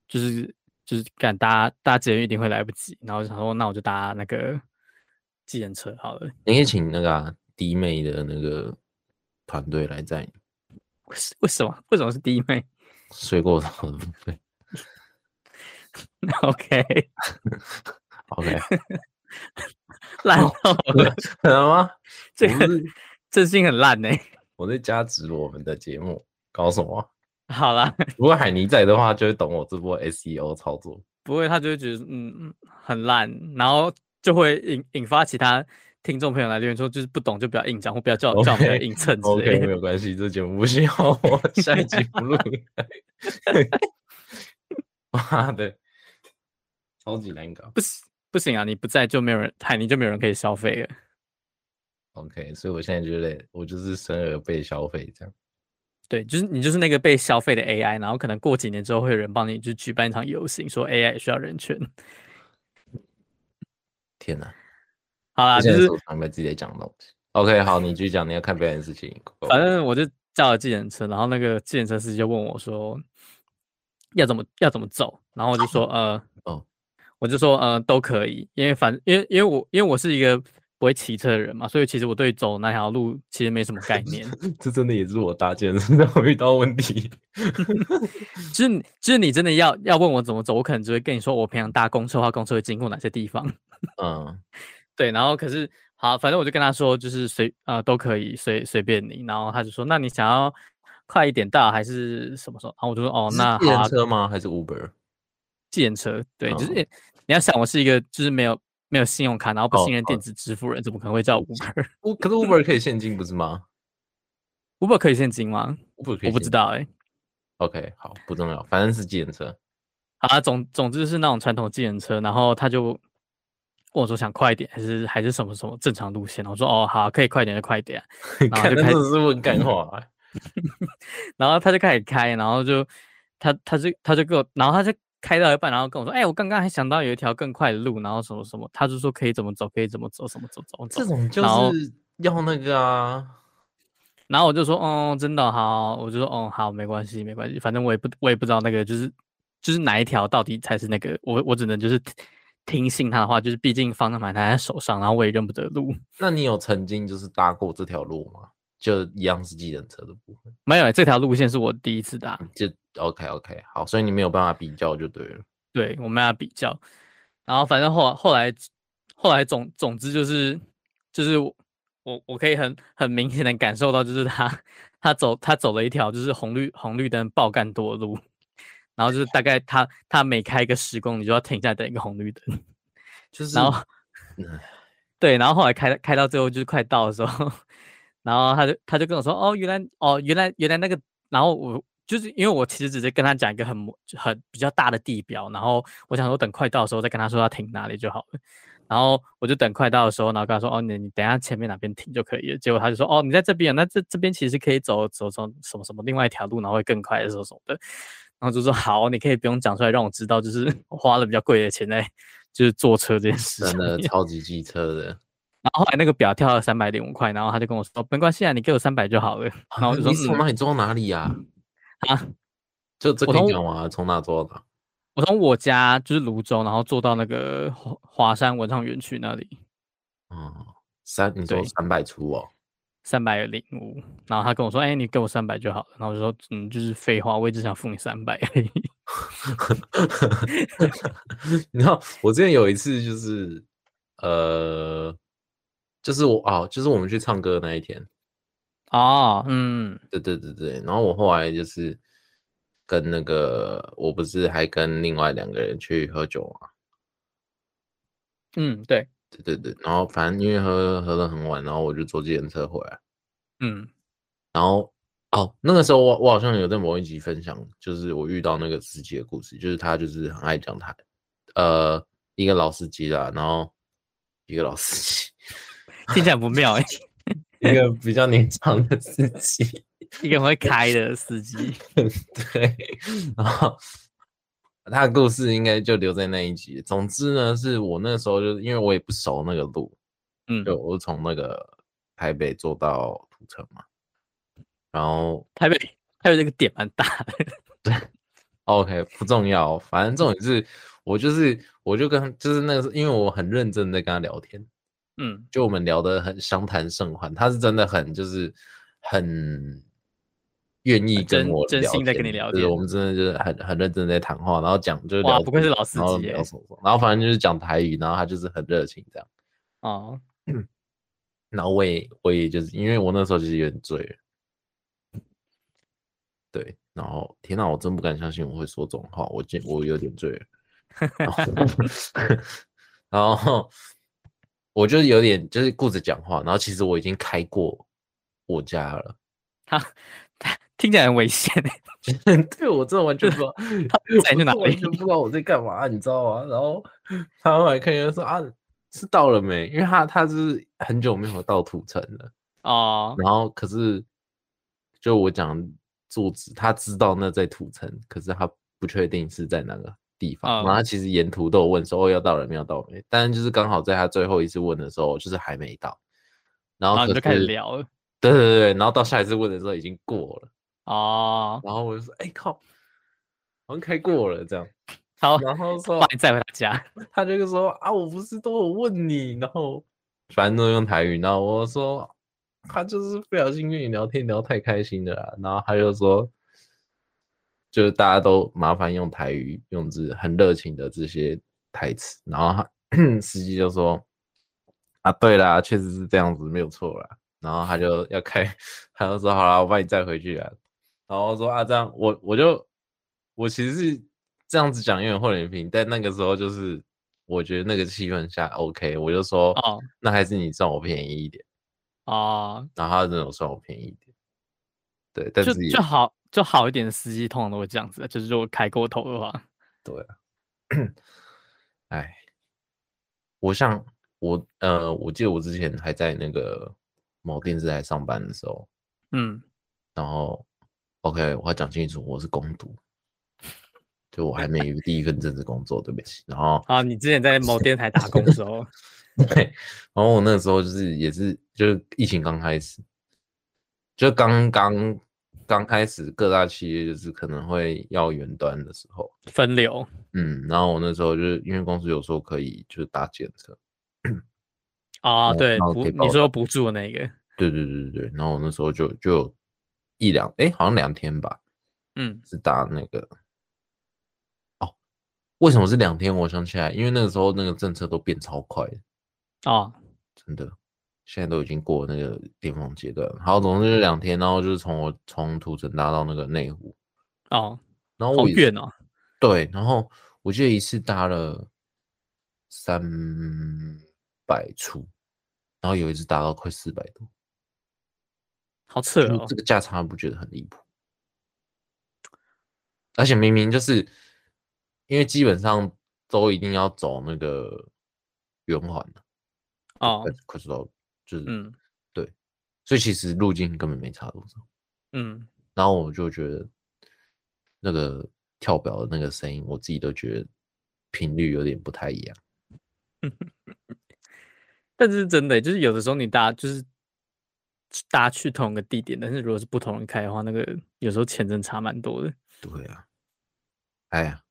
Speaker 2: 就是就是赶搭搭捷运一定会来不及，然后就想说那我就搭那个计程车好了。
Speaker 1: 你可以请那个啊弟、妹的那个团队来载你，
Speaker 2: 为什为什么为什么是弟妹
Speaker 1: 睡过头的部分。
Speaker 2: ？OK，
Speaker 1: OK，
Speaker 2: 烂透了，
Speaker 1: 可能吗？
Speaker 2: 这
Speaker 1: 我
Speaker 2: 个
Speaker 1: 是
Speaker 2: 真心很烂呢、
Speaker 1: 我在加值我们的节目，搞什么啊？
Speaker 2: 好啦，
Speaker 1: 如果海尼在的话，就会懂我这波 SEO 操作。
Speaker 2: 不会，他就会觉得嗯嗯很烂，然后就会引引发其他听众朋友来留言说，就是不懂就不要硬讲，或不要叫叫我们来
Speaker 1: OK，
Speaker 2: 硬蹭之
Speaker 1: OK，
Speaker 2: 类
Speaker 1: 没
Speaker 2: 的。
Speaker 1: 有关系，这节目不需要 我，下一集不录。 妈的，超级难搞。
Speaker 2: 不行 不行啊，你不在就没有人，海尼就没有人可以消费了。
Speaker 1: OK，所以我现在就累，我就是生而被消费这样。
Speaker 2: 对，就是你就是那个被消费的 AI，然后可能过几年之后会有人帮你就举办一场游行，说 AI 也需要人权。
Speaker 1: 天哪！
Speaker 2: 好啦，
Speaker 1: 我
Speaker 2: 啊就
Speaker 1: 现在
Speaker 2: 是
Speaker 1: 手常被自己在讲的东西。OK，好，你继续讲你要看表演的事情。Go 哦
Speaker 2: 反正我就叫了计程车，然后那个计程车司机就问我说要怎么要怎么走，然后我就说呃，
Speaker 1: 哦，
Speaker 2: 我就说呃都可以，因为反因为因为我因为我是一个不会骑车的人嘛，所以其实我对走哪条路其实没什么概 念。
Speaker 1: 这真的也 是我搭建身上遇到问 题。
Speaker 2: 就是你就是你真的要要问我怎么走，我可能只会跟你说我平常搭公车的话，公车会经过哪些地方。
Speaker 1: 嗯，
Speaker 2: 对，然后可是好，反正我就跟他说，就是随呃都可以，随随便你。然后他就说，那你想要快一点到还是什么时候？然后我就说，哦，那
Speaker 1: 是
Speaker 2: 好、
Speaker 1: 电
Speaker 2: 啊，
Speaker 1: 车吗？还是 Uber？
Speaker 2: 计程车。对，就是
Speaker 1: 哦
Speaker 2: 你要想，我是一个就是没有没有信用卡，然后不
Speaker 1: 哦
Speaker 2: 信任
Speaker 1: 好
Speaker 2: 电子支付人，怎么可能会叫 Uber？Uber
Speaker 1: 我可是 Uber 可以现金不是吗
Speaker 2: 可以现金吗？
Speaker 1: ？Uber 可以
Speaker 2: 我不
Speaker 1: 现
Speaker 2: 知。道哎、
Speaker 1: OK，好，不重要，反正是计程 车。
Speaker 2: 好啊，总总之是那种传统计程车，然后他就问我说想快一点，还是还是什么什么正常路线？我说哦好啊，可以快一点就快一点啊、然后
Speaker 1: 看，
Speaker 2: 就
Speaker 1: 那
Speaker 2: 开
Speaker 1: 真
Speaker 2: 始
Speaker 1: 的是问干话
Speaker 2: 嗯
Speaker 1: 欸、
Speaker 2: 然后他就开始开，然后就他他就他就给我，然后他就开到一半，然后跟我说：“哎、我刚刚还想到有一条更快的路，然后什么什么。”他就说可以怎么走，可以怎么走，什么走怎么走
Speaker 1: 这。种就
Speaker 2: 然后
Speaker 1: 是要那个啊，
Speaker 2: 然后我就说：“哦，真的好。”我就说：“哦，好，没关系，没关系，反正我也不我也不知道那个就是就是哪一条到底才是那个，我我只能就是听听信他的话，就是毕竟方向盘还在手上，然后我也认不得路。
Speaker 1: 那你有曾经就是搭过这条路吗？就一样是计程车的部分，
Speaker 2: 没有、这条路线是我第一次搭，
Speaker 1: 就 OK OK 好，所以你没有办法比较就对了。
Speaker 2: 对，我们要比较。然后反正后后来后来总总之就是就是我我我可以很很明显的感受到，就是他他走他走了一条就是红绿红绿灯爆干多的路，然后就是大概他他每开个十公里就要停下来等一个红绿灯，
Speaker 1: 就是
Speaker 2: 然后
Speaker 1: 嗯
Speaker 2: 对，然后后来开开到最后就是快到的时候， 然后他就他就跟我说，哦，原来哦原来原来那个，然后我就是因为我其实只是跟他讲一个很模很比较大的地标，然后我想说等快到的时候再跟他说要停哪里就好了，然后我就等快到的时候，然后跟他说，哦你你等一下前面哪边停就可以了，结果他就说，哦你在这边，那这这边其实可以走走走什么什么另外一条路，然后会更快的什么什么的，然后就说好，你可以不用讲出来让我知道，就是我花了比较贵的钱在就是坐车这件事
Speaker 1: 真
Speaker 2: 情。
Speaker 1: 的超级机车的，
Speaker 2: 然后后来那个表跳了三百零五块，然后他就跟我说没关系啊，你给我三百就好了。 然后我就
Speaker 1: 你
Speaker 2: 说
Speaker 1: 从
Speaker 2: 嗯
Speaker 1: 哪里做到哪里呀？
Speaker 2: 啊，
Speaker 1: 就这
Speaker 2: 我
Speaker 1: 可以
Speaker 2: 从
Speaker 1: 讲完啊，从哪做到哪？
Speaker 2: 我从我家就是泸州，然后坐到那个华华山文创园区那里
Speaker 1: 嗯，三你说
Speaker 2: 对
Speaker 1: 三百出哦，
Speaker 2: 三百零五，然后他跟我说哎、你给我三百就好了。然后我就说嗯，就是废话，我也只想付你三百。
Speaker 1: 你知道我之前有一次就是呃，就是我哦，就是我们去唱歌那一天，
Speaker 2: 哦，嗯，
Speaker 1: 对对对对，然后我后来就是跟那个，我不是还跟另外两个人去喝酒嘛，
Speaker 2: 嗯，对，
Speaker 1: 对对对，然后反正因为喝喝的很晚，然后我就坐计程车回来，
Speaker 2: 嗯，
Speaker 1: 然后哦，那个时候我我好像有在某一集分享，就是我遇到那个司机的故事，就是他就是很爱讲台，呃，一个老司机啦，然后一个老司机，
Speaker 2: 听起来不妙哎、
Speaker 1: 一个比较年长的司机，
Speaker 2: 一个很会开的司机。
Speaker 1: 对，然后他的故事应该就留在那一集。总之呢，是我那时候就是因为我也不熟那个路，
Speaker 2: 嗯，
Speaker 1: 就我是从那个台北坐到土城嘛，然后
Speaker 2: 台北台北这个点蛮大的。
Speaker 1: 哦 OK 不重要，反正重点是我就是我就跟他就是那个时候，因为我很认真的跟他聊天，
Speaker 2: 嗯
Speaker 1: 就我们聊得很相谈甚欢，他是真的很就是很愿意跟
Speaker 2: 真
Speaker 1: 我
Speaker 2: 真
Speaker 1: 聊
Speaker 2: 心地跟你聊
Speaker 1: 就是
Speaker 2: 天
Speaker 1: 我们真的就是很很认真地在谈话，然后讲就是
Speaker 2: 哇
Speaker 1: 聊
Speaker 2: 不愧是
Speaker 1: 天
Speaker 2: 老司
Speaker 1: 然后
Speaker 2: 机
Speaker 1: 聊
Speaker 2: 欸
Speaker 1: 什么什么然后反正就是讲台语，然后他就是很热情这样，
Speaker 2: 哦，
Speaker 1: 然后我也我也就是因为我那时候其实有点醉了，对，然后天哪，我真不敢相信我会说这种话，我见我有点醉了，然后然后我就是有点就是顾着讲话，然后其实我已经开过我家了，
Speaker 2: 他他听起来很危险欸。
Speaker 1: 对我真的完全不知道
Speaker 2: 载去
Speaker 1: 我
Speaker 2: 哪
Speaker 1: 真的完
Speaker 2: 里
Speaker 1: 全不知道我在干嘛，你知道吗？然后他后来看人说啊，是到了没？因为他他是很久没有到土城了。
Speaker 2: 哦，
Speaker 1: 然后可是就我讲住址，他知道那在土城，可是他不确定是在哪个地方。然后
Speaker 2: 嗯
Speaker 1: 他其实沿途都有问说哦要到了没有到了没，但是就是刚好在他最后一次问的时候，就是还没到。然后
Speaker 2: 然
Speaker 1: 可
Speaker 2: 后啊你就开始
Speaker 1: 是，
Speaker 2: 聊了。
Speaker 1: 对对对，然后到下一次问的时候已经过了，
Speaker 2: 哦，
Speaker 1: 然后我就说哎、靠，好像开过了这样，
Speaker 2: 好，
Speaker 1: 然后说
Speaker 2: 把你载回他家。
Speaker 1: 他就说啊，我不是都有问你，然后反正都用台语，然后我说他就是不小心跟你聊天聊太开心了啦，然后他就说，就是大家都麻烦用台语用字很热情的这些台词，然后他 司机就说啊，对啦，确实是这样子，没有错啦，然后他就要开， 他就说好啦，我把你载回去啊，然后说啊，这样我我就我其实是这样子讲有点厚脸皮，但那个时候就是我觉得那个气氛下 OK，我就说、
Speaker 2: 哦
Speaker 1: 那还是你算我便宜一点，
Speaker 2: 哦，
Speaker 1: 然后他真的有算我便宜一点，对，但
Speaker 2: 就是
Speaker 1: 也
Speaker 2: 就好就好一点的司机通常都会这样子，啊就是如果开过头的话，
Speaker 1: 对啊，哎，我像我呃，我记得我之前还在那个某电视台上班的时候，
Speaker 2: 嗯，
Speaker 1: 然后 OK，我要讲清楚，我是攻读，就我还没有第一份正式工作，对不起。然后
Speaker 2: 啊，你之前在某电台打工的时候，
Speaker 1: 对，然后我那时候就是也是就是疫情刚开始，就刚刚刚开始各大企业就是可能会要远端的时候，
Speaker 2: 分流，
Speaker 1: 嗯，然后我那时候就是因为公司有说可以就是搭检测，
Speaker 2: 啊，
Speaker 1: 哦
Speaker 2: 对，
Speaker 1: 那我
Speaker 2: 补
Speaker 1: 可以
Speaker 2: 你
Speaker 1: 报
Speaker 2: 说
Speaker 1: 答
Speaker 2: 补助的那个，
Speaker 1: 对对对对对，然后我那时候就就有一两哎好像两天吧，
Speaker 2: 嗯，
Speaker 1: 是打那个哦，为什么是两天？我想起来，因为那个时候那个政策都变超快的，
Speaker 2: 哦，
Speaker 1: 真的，现在都已经过那个巅峰阶段了。好，总之就是两天，然后就是从我从土城搭到那个内湖，
Speaker 2: 哦，
Speaker 1: 然后
Speaker 2: 好
Speaker 1: 我也是
Speaker 2: 远哦，
Speaker 1: 对，然后我记得一次搭了三百出，然后有一次搭到快四百多，
Speaker 2: 好扯
Speaker 1: 就是
Speaker 2: 哦
Speaker 1: 这，个价差不觉得很离谱？而且明明就是因为基本上都一定要走那个圆环的，
Speaker 2: 哦，
Speaker 1: 快速道路就是，
Speaker 2: 嗯
Speaker 1: 所以其实路径根本没差多少。
Speaker 2: 嗯，
Speaker 1: 然后我就觉得那个跳表的那个声音，我自己都觉得频率有点不太一样。
Speaker 2: 但是真的，就是有的时候你搭就是搭去同一个地点，但是如果是不同人开的话，那个有时候钱真的差蛮多的，
Speaker 1: 对啊，哎呀，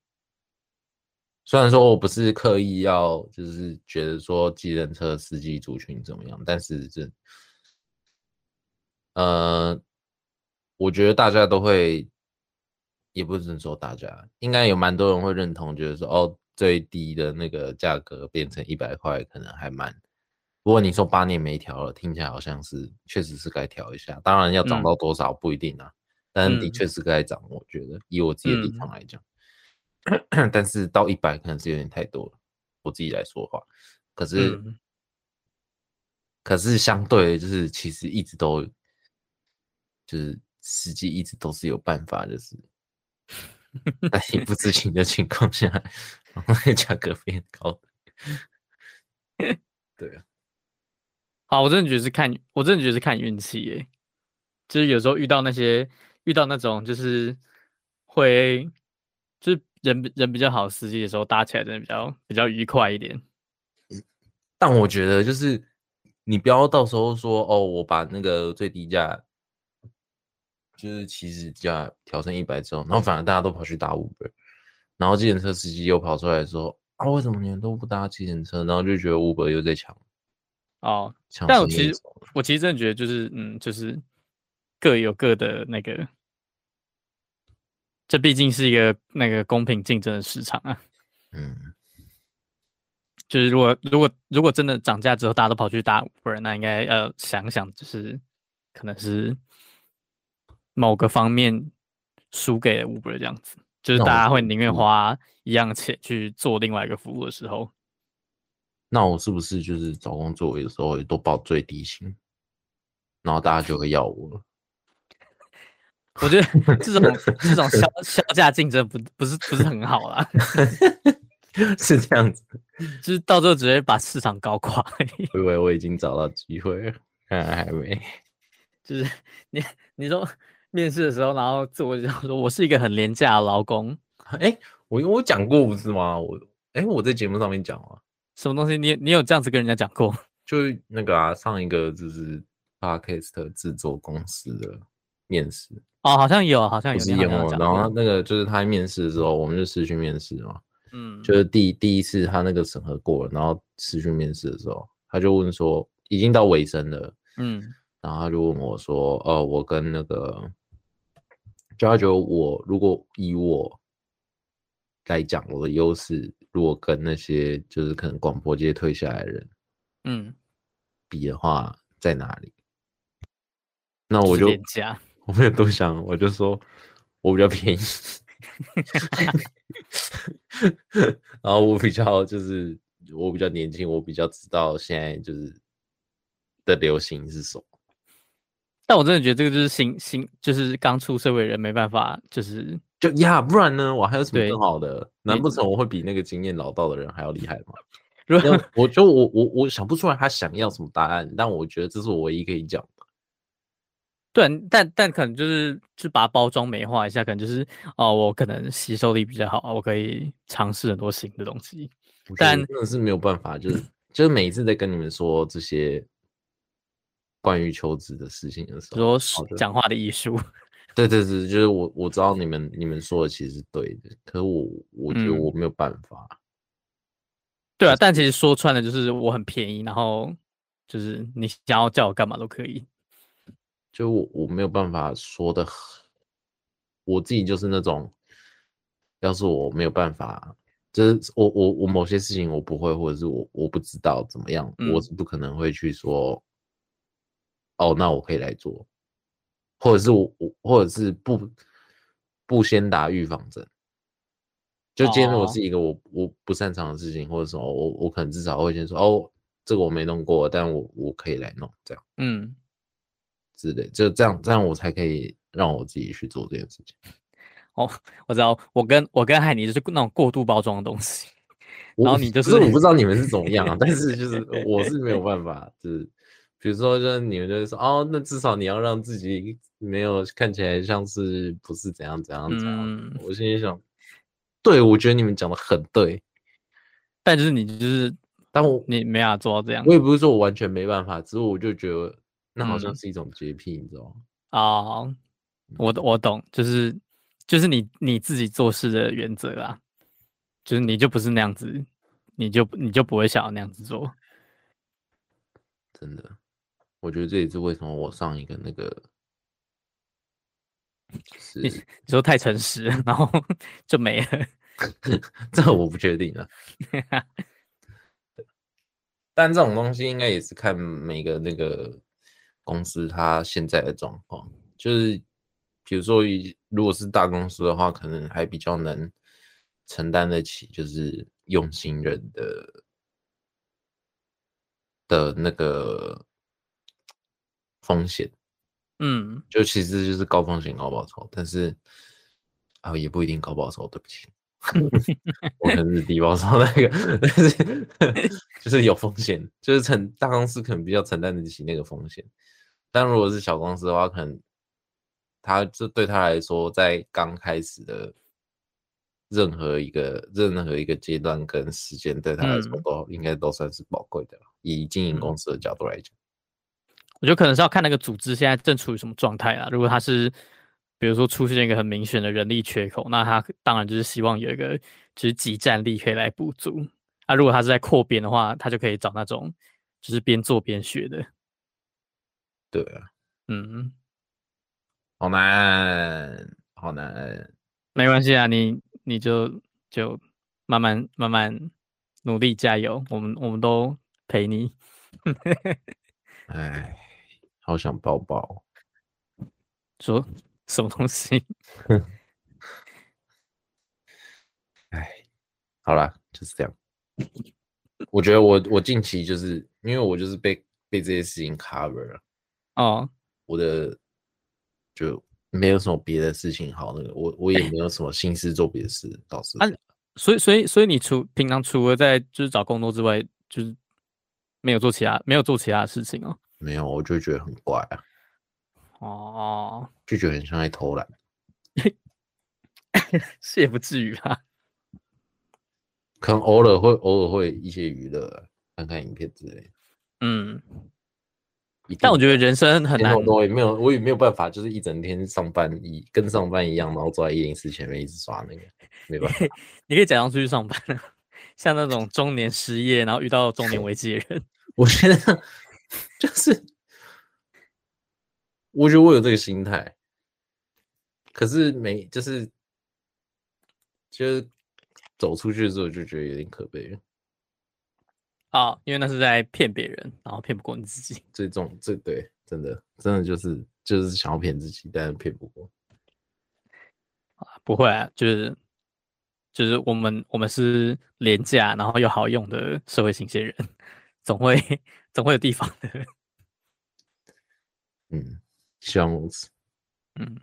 Speaker 1: 虽然说我不是刻意要，就是觉得说计程车司机族群怎么样，但是这，呃，我觉得大家都会，也不是说大家，应该有蛮多人会认同，觉得说哦，最低的那个价格变成一百块，可能还蛮。如果你说八年没调了，听起来好像是确实是该调一下，当然要涨
Speaker 2: 嗯
Speaker 1: 到多少不一定啊。但的
Speaker 2: 嗯
Speaker 1: 确是该涨，我觉得以我自己的立场来讲，但是到一百可能是有点太多了，我自己来说话。可是，
Speaker 2: 嗯
Speaker 1: 可是相对的就是其实一直都，就是实际一直都是有办法，就是 在你不知情的情况下，把那个价格变高的。对啊，
Speaker 2: 好，我真的觉得是看，我真的觉得是看运气耶。就是有时候遇到那些遇到那种就是会就是人比人比较好的司机的时候，搭起来真的比较比较愉快一点。
Speaker 1: 但我觉得就是你不要到时候说哦，我把那个最低价就是起始价调成一百之后，然后反而大家都跑去打 Uber，然后计程车司机又跑出来说啊，为什么你们都不搭计程车？然后就觉得 Uber 又在抢
Speaker 2: 哦，
Speaker 1: 抢
Speaker 2: 但我
Speaker 1: 生
Speaker 2: 其
Speaker 1: 意
Speaker 2: 实
Speaker 1: 走了
Speaker 2: 我其实真的觉得就是嗯，就是各有各的那个，这毕竟是一个那个公平竞争的市场啊。
Speaker 1: 嗯，
Speaker 2: 就是如果如果如果真的涨价之后，大家都跑去打 Uber，那应该要想想，就是可能是某个方面输给了 Uber 这样子，就是
Speaker 1: 那
Speaker 2: 大
Speaker 1: 我
Speaker 2: 家会
Speaker 1: 觉得
Speaker 2: 宁愿
Speaker 1: 是
Speaker 2: 花一样钱去做另外一个服务的时候，
Speaker 1: 那我是不是就是找工作有时候也都报最低薪，然后大家就会要我了？
Speaker 2: 我觉得这 种这种销销价竞争不不是不是很好啦，
Speaker 1: 是这样子，
Speaker 2: 就是到最后只会把市场搞垮而已。
Speaker 1: 我以为我已经找到机会了，看来还没。
Speaker 2: 就是你你说面试的时候，然后自我介绍说我是一个很廉价的劳工，
Speaker 1: 哎、我我讲过不是吗？我哎、我在节目上面讲啊，
Speaker 2: 什么东西你你有这样子跟人家讲过？
Speaker 1: 就是那个啊，上一个就是 podcast 制作公司的面试，
Speaker 2: 哦，好像有，好像
Speaker 1: 不
Speaker 2: 有，
Speaker 1: 是
Speaker 2: 你好
Speaker 1: 演
Speaker 2: 像有
Speaker 1: 我，
Speaker 2: 讲
Speaker 1: 然后
Speaker 2: 过
Speaker 1: 他那个就是他面试的时候，我们就试训面试嘛，
Speaker 2: 嗯，
Speaker 1: 就是第第一次他那个审核过了，然后试训面试的时候，他就问说已经到尾声了，
Speaker 2: 嗯
Speaker 1: 然后他就问我说，呃，我跟那个，就他觉得我如果以我来讲，我的优势，如果跟那些就是可能广播界退下来的人
Speaker 2: 嗯，
Speaker 1: 比的话，在哪里？那
Speaker 2: 就
Speaker 1: 我
Speaker 2: 是啊
Speaker 1: 就
Speaker 2: 廉价，
Speaker 1: 我没有多想，我就说我比较便宜， 然后我比较就是我比较年轻，我比较知道现在就是的流行是什么。
Speaker 2: 但我真的觉得这个就是新新，就是刚出社会的人没办法，就是
Speaker 1: 就呀，不然呢？我还有什么
Speaker 2: 对
Speaker 1: 更好的？难
Speaker 2: 你
Speaker 1: 不成我会比那个经验老道的人还要厉害吗？
Speaker 2: 如果
Speaker 1: 那我就我我我想不出来他想要什么答案，但我觉得这是我唯一可以讲的。
Speaker 2: 对，啊但但可能就是就把它包装美化一下，可能就是哦，我可能吸收力比较好，我可以尝试很多新的东西。
Speaker 1: 我觉得
Speaker 2: 但
Speaker 1: 真的是没有办法，就是就是每一次在跟你们说这些关于求职的事情的时
Speaker 2: 比如
Speaker 1: 候，
Speaker 2: 说是
Speaker 1: 好的
Speaker 2: 讲话的艺术，
Speaker 1: 对对对，就是我我知道你们你们说的其实是对的，可是我我觉得
Speaker 2: 嗯
Speaker 1: 我没有办法，
Speaker 2: 对啊，但其实说穿了就是我很便宜，然后就是你想要叫我干嘛都可以。
Speaker 1: 就我我没有办法说的，我自己就是那种，要是我没有办法，就是我我我某些事情我不会，或者是我我不知道怎么样，我
Speaker 2: 嗯
Speaker 1: 是不可能会去说，哦，那我可以来做，或者是我我或者是不不先打预防针。就今天如果
Speaker 2: 哦
Speaker 1: 是一个我我不擅长的事情，或者什么，我我可能至少会先说哦，这个我没弄过，但我我可以来弄这样。
Speaker 2: 嗯，
Speaker 1: 之类，就这样，这样我才可以让我自己去做这件事情。
Speaker 2: 哦 我知道，我跟我跟海尼就是那种过度包装的东西。
Speaker 1: 我
Speaker 2: 然后你就
Speaker 1: 可
Speaker 2: 是
Speaker 1: 我不知道你们是怎么样啊，但是 就是我是没有办法，就是比如说，就是你们就会说哦，那至少你要让自己没有看起来像是不是怎样怎样啊怎样。
Speaker 2: 嗯，
Speaker 1: 我心里想，对我觉得你们讲的很对，
Speaker 2: 但就是你就是
Speaker 1: 但我
Speaker 2: 你没法做到这样
Speaker 1: 我也不是说我完全没办法，只是我就觉得那好像
Speaker 2: 嗯
Speaker 1: 是一种洁癖，你知道吗？
Speaker 2: 啊、哦我懂我懂，就是就是你你自己做事的原则啦，就是你就不是那样子，你就你就不会想要那样子做。
Speaker 1: 真的，我觉得这也是为什么我上一个那个。是
Speaker 2: 你你说太诚实了，然后 就没了。
Speaker 1: 这我不确定 啊。但这种东西应该也是看每个那个公司它现在的状况，就是比如说一，如果是大公司的话，可能还比较能承担得起，就是用新人的的那个风险，
Speaker 2: 嗯，
Speaker 1: 就其实就是高风险高报酬，但是啊、也不一定高报酬，对不起，
Speaker 2: 嗯
Speaker 1: 我可能是低报酬那个，但是就是有风险，就是承大公司可能比较承担得起那个风险，但如果是小公司的话，可能他这对他来说，在刚开始的任何一个任何一个阶段跟时间，对他来说
Speaker 2: 嗯
Speaker 1: 都、应该都算是宝贵的了，以经营
Speaker 2: 嗯
Speaker 1: 公司的角度来讲。
Speaker 2: 我觉得可能是要看那个组织现在正处于什么状态啊。如果它是比如说出现一个很明显的人力缺口，那他当然就是希望有一个就是集战力可以来补足。啊，如果他是在扩编的话，他就可以找那种就是边做边学的。
Speaker 1: 对啊，
Speaker 2: 嗯，
Speaker 1: 好难，好难。
Speaker 2: 没关系啊，你你就就慢慢慢慢努力加油，我们我们都陪你。
Speaker 1: 哎，好想抱抱。
Speaker 2: 说什么东西？
Speaker 1: 哎，好啦，就是这样。我觉得我我近期就是因为我就是被被这些事情 cover 了，
Speaker 2: 哦，
Speaker 1: 我的就没有什么别的事情好那个，我我也没有什么心思做别的事，倒是
Speaker 2: 啊所以所以所以你除平常除了在就是找工作之外，就是没有做其他没有做其他的事情哦。
Speaker 1: 没有，我就觉得很怪啊，
Speaker 2: 哦，
Speaker 1: 就觉得很像在偷懒。
Speaker 2: 是也不至于吧？
Speaker 1: 可能偶尔会偶尔会一些娱乐啊，看看影片之类的。
Speaker 2: 嗯，
Speaker 1: 一定
Speaker 2: 但我觉得人生很
Speaker 1: 天
Speaker 2: 难
Speaker 1: 后。都也没有，我也没有办法，就是一整天上班一跟上班一样，然后坐在一零四前面一直刷那个，没办法。
Speaker 2: 你可以假装出去上班啊，像那种中年失业然后遇到中年危机的人。
Speaker 1: 我觉得就是，我觉得我有这个心态，可是没就是就是走出去之后就觉得有点可悲了。
Speaker 2: 啊、因为那是在骗别人，然后骗不过你自己。
Speaker 1: 最重最对，真的真的就是就是想要骗自己，但是骗不过。
Speaker 2: 不会啊，就是就是我们我们是廉价然后又好用的社会新鲜人，总会总会有地方的。
Speaker 1: 嗯，希望如此。
Speaker 2: 嗯，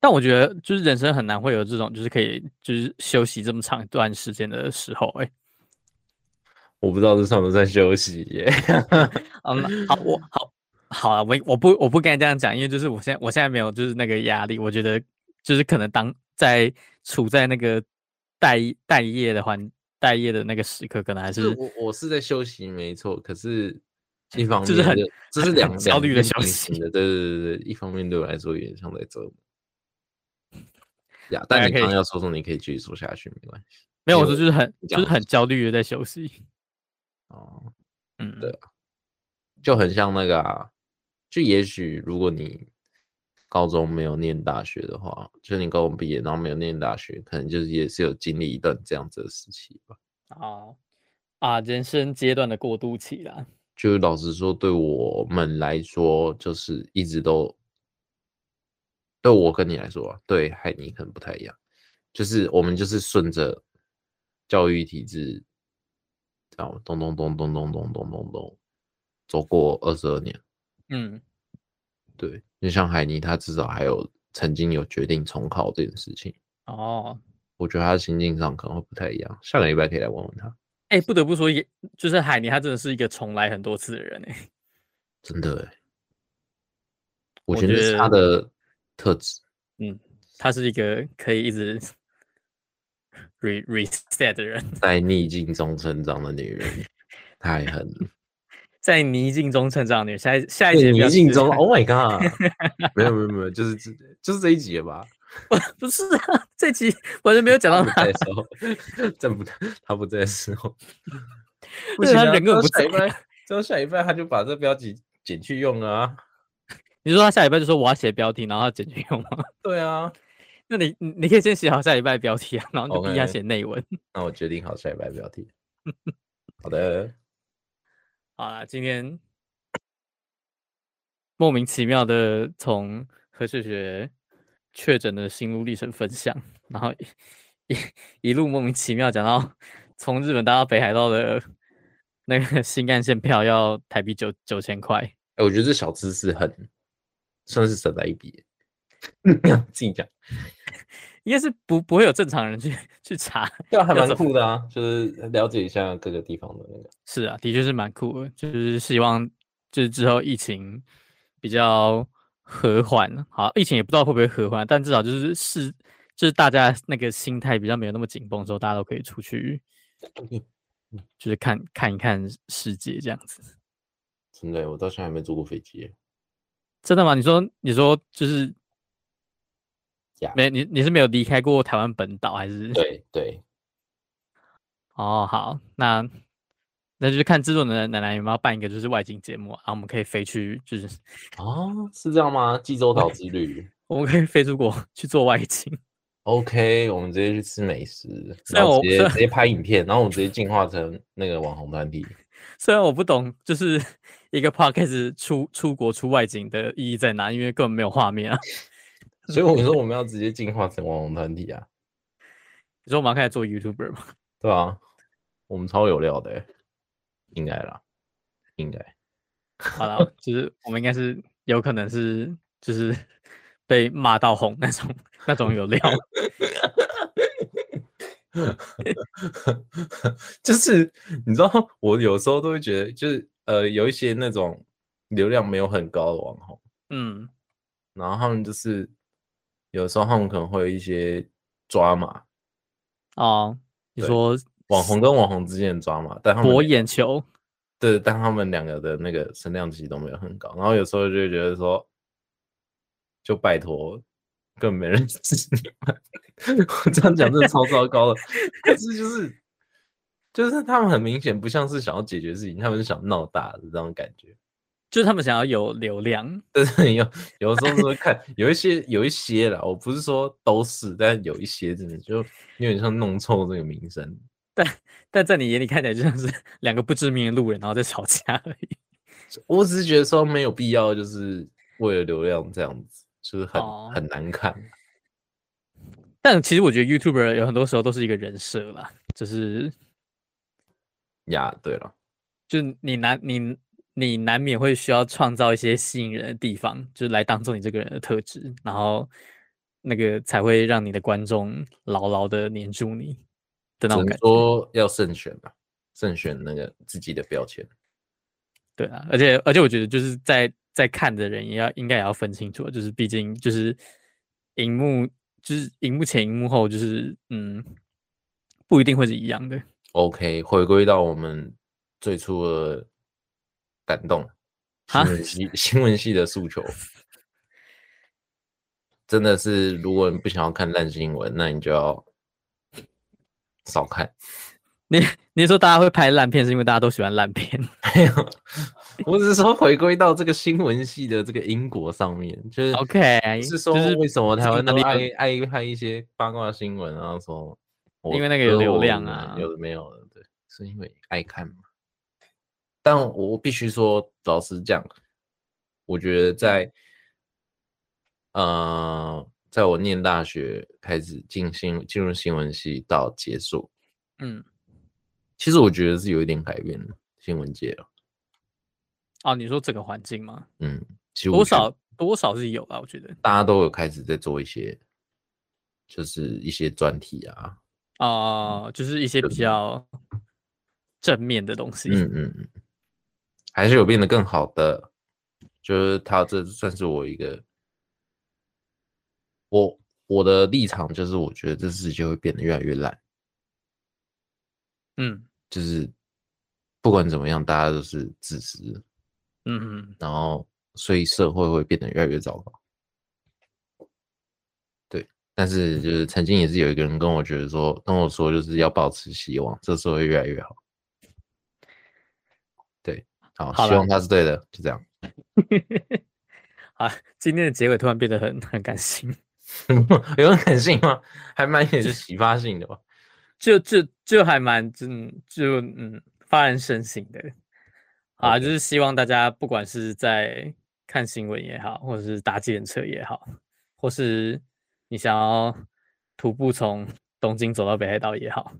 Speaker 2: 但我觉得就是人生很难会有这种就是可以就是休息这么长一段时间的时候、欸。哎，
Speaker 1: 我不知道这算不算休息耶？
Speaker 2: 嗯，好，我好好啊，我我不我不该这样讲，因为就是我现在我现在没有就是那个压力，我觉得就是可能当在处在那个待待业的环待业的那个时刻，可能还
Speaker 1: 就是我我是在休息没错，可 是一方面
Speaker 2: 就是很
Speaker 1: 这 是两
Speaker 2: 很焦虑的休息
Speaker 1: 的，对对对对，一方面对我来说有点像在折磨。呀，
Speaker 2: 大家
Speaker 1: 但你
Speaker 2: 可以
Speaker 1: 刚刚要说说，你可以继续说下去，没关系。
Speaker 2: 没有我
Speaker 1: 因为
Speaker 2: 说就是很
Speaker 1: 你
Speaker 2: 就
Speaker 1: 讲
Speaker 2: 是
Speaker 1: 的
Speaker 2: 很焦虑的在休息，
Speaker 1: 哦，
Speaker 2: 嗯，
Speaker 1: 对就很像那个啊，就也许如果你高中没有念大学的话，就你高中毕业然后没有念大学，可能就是也是有经历一段这样子的时期吧。
Speaker 2: 啊啊，人生阶段的过渡期啦，
Speaker 1: 就老实说，对我们来说，就是一直都，对我跟你来说、啊，对海尼可能不太一样，就是我们就是顺着教育体制，这样咚咚咚咚咚咚咚咚咚，走过二十二年。
Speaker 2: 嗯，
Speaker 1: 对，就像海尼，他至少还有曾经有决定重考这件事情，
Speaker 2: 哦，
Speaker 1: 我觉得他的心境上可能会不太一样。下个礼拜可以来问问他，
Speaker 2: 哎、不得不说也，就是海尼他真的是一个重来很多次的人哎、
Speaker 1: 真的欸，我
Speaker 2: 我
Speaker 1: 觉得
Speaker 2: 觉
Speaker 1: 这是他的特质。
Speaker 2: 他是一个可以一直 re reset 的人，
Speaker 1: 在逆境中成长的女人，太狠了。
Speaker 2: 在泥泞中成长的女，下一下一
Speaker 1: 在
Speaker 2: 节不要
Speaker 1: 逆境
Speaker 2: 试
Speaker 1: 中
Speaker 2: 看
Speaker 1: ，Oh my god！没 有没有没有，就是这就是这一集了吧？
Speaker 2: 不是啊，这集完全没有讲到
Speaker 1: 他不
Speaker 2: 他
Speaker 1: 在，的时候，在不他不在的时候，不行
Speaker 2: 对他
Speaker 1: 啊，
Speaker 2: 人根本不
Speaker 1: 只有下
Speaker 2: 在
Speaker 1: 一拜，只有下一拜他就把这标题剪去用了啊。
Speaker 2: 你说他下礼拜就说我要写标题，然后他剪辑用吗？
Speaker 1: 对啊，
Speaker 2: 那你你你可以先写好下礼拜的标题啊，然后你就逼他
Speaker 1: OK
Speaker 2: 写内文。
Speaker 1: 那我决定好下一拜标题。好的，
Speaker 2: 好啦，今天莫名其妙的从何雪雪确诊的心路历程分享，然后一 一一路莫名其妙讲到从日本搭到北海道的那个新干线票要台币九九千块，
Speaker 1: 哎、我觉得这小知识很算是省了一笔。 自己讲，
Speaker 2: 应该是不不会有正常人去去查。
Speaker 1: 这样还
Speaker 2: 要
Speaker 1: 蛮
Speaker 2: 怎
Speaker 1: 酷的啊，就是了解一下各个地方的那个。
Speaker 2: 是啊，的确是蛮酷的，就是希望就是之后疫情比较和缓，好，疫情也不知道会不会和缓，但至少就是是就是大家那个心态比较没有那么紧绷之后，大家都可以出去就是看看一看世界这样子。
Speaker 1: 真的，我到现在还没坐过飞机耶。
Speaker 2: 真的吗？你说你说就是
Speaker 1: 呀
Speaker 2: 没你你是没有离开过台湾本岛还是？
Speaker 1: 对对，
Speaker 2: 哦，好，那那就是看制作人的奶奶有没有办一个就是外景节目啊，然后我们可以飞去就是
Speaker 1: 哦，是这样吗？济州 岛之旅。
Speaker 2: 我们可以飞出国 去做外景。
Speaker 1: OK，我们直接去吃美食，
Speaker 2: 虽然
Speaker 1: 然后
Speaker 2: 我
Speaker 1: 直接
Speaker 2: 虽然
Speaker 1: 直接拍影片，然后我们直接进化成那个网红团 体。
Speaker 2: 虽然我不懂，就是一个 podcast 出出国出外景的意义在哪，因为根本没有画面啊。
Speaker 1: 所以我说我们要直接进化成网红团体啊，
Speaker 2: 你说我们要开始做 YouTuber 吗？
Speaker 1: 对啊，我们超有料的欸，应该啦，应该。
Speaker 2: 好了，就是我们应该是有可能是就是 被骂到红那种那种 有料。
Speaker 1: 就是你知道，我有时候都会觉得，就是呃，有一些那种流量没有很高的网红，
Speaker 2: 嗯，
Speaker 1: 然后他们就是有时候他们可能会有一些抓马，
Speaker 2: 哦，你
Speaker 1: 对
Speaker 2: 说
Speaker 1: 网红跟网红之间的抓马，但他们
Speaker 2: 博
Speaker 1: 两
Speaker 2: 眼球，
Speaker 1: 对，但他们两个的那个声量其实都没有很高，然后有时候就会觉得说，就拜托，更没人 支持你们。我这样讲真的超糟糕的，但是就是就是他们很明显不像是想要解决事情，他们是想闹大的这种感觉。
Speaker 2: 就是他们想要有流量。
Speaker 1: 但是 有有时候是会看有一些有一些啦，我不是说都是，但有一些真的就有点像弄臭这个名声。
Speaker 2: 但在你眼里看起来就像是两个不知名的路人，然后在吵架而已。
Speaker 1: 我只是觉得说没有必要，就是为了流量这样子，就是很、
Speaker 2: 哦
Speaker 1: 很难看。
Speaker 2: 但其实我觉得 YouTuber 有很多时候都是一个人设啦，就是
Speaker 1: 呀，对了，
Speaker 2: 就是你难你你难免会需要创造一些吸引人的地方，就是来当做你这个人的特质，然后那个才会让你的观众牢牢的黏住你的
Speaker 1: 只
Speaker 2: 那种
Speaker 1: 能
Speaker 2: 感觉。
Speaker 1: 说要慎选吧，慎选那个自己的标签。
Speaker 2: 对啊，而且而且我觉得就是在在看的人也要应该也要分清楚，啊就是毕竟就是荧幕就是荧幕前荧幕后就是嗯不一定会是一样的。
Speaker 1: OK，回归到我们最初的感动，新
Speaker 2: 啊
Speaker 1: 闻系 新闻系的诉求，真的是，如果你不想要看烂新闻，那你就要少看。
Speaker 2: 你你说大家会拍烂片是因为大家都喜欢烂片，
Speaker 1: 没有， 我只是说回归到这个新闻系的这个因果上面，就是
Speaker 2: OK，
Speaker 1: 是说
Speaker 2: 就是
Speaker 1: 为什么台
Speaker 2: 这
Speaker 1: 湾
Speaker 2: 个
Speaker 1: 都
Speaker 2: 那
Speaker 1: 爱
Speaker 2: 里
Speaker 1: 爱拍一些八卦新闻啊，然后说我
Speaker 2: 因为那个有
Speaker 1: 割
Speaker 2: 流
Speaker 1: 我
Speaker 2: 量
Speaker 1: 们
Speaker 2: 啊
Speaker 1: 有的没有的，对，是因为爱看嘛。但我必须说，老实讲，我觉得在
Speaker 2: 嗯
Speaker 1: 呃，在我念大学开始进新进入新闻系到结束，
Speaker 2: 嗯
Speaker 1: 其实我觉得是有一点改变的新闻界了。
Speaker 2: 哦，你说整个环境吗？
Speaker 1: 嗯，其实我
Speaker 2: 多
Speaker 1: 觉得
Speaker 2: 少多少是有啊，我觉得
Speaker 1: 大家都有开始在做一些，就是一些专题啊，
Speaker 2: 哦、就是一些比
Speaker 1: 正面
Speaker 2: 较正面的东西。
Speaker 1: 嗯嗯嗯，还是有变得更好的，就是他这算是我一个，我我的立场就是我觉得这世界会变得越来越烂，
Speaker 2: 嗯
Speaker 1: 就是不管怎么样，大家都是自私，
Speaker 2: 嗯嗯，
Speaker 1: 然后所以社会会变得越来越糟糕。对，但是就是曾经也是有一个人跟我觉得说，跟我说就是要保持希望，这社会越来越好。对，好，
Speaker 2: 好
Speaker 1: 希
Speaker 2: 啦
Speaker 1: 望他是对的，就这样。
Speaker 2: 好，今天的结尾突然变得很很感性，
Speaker 1: 有很感性吗？还蛮也是启发性的吧。
Speaker 2: 就就就还蛮嗯就嗯发人深省的。啊，
Speaker 1: OK
Speaker 2: 就是希望大家不管是在看新闻也好，或者是搭计程车也好，或是你想要徒步从东京走到北海道也好，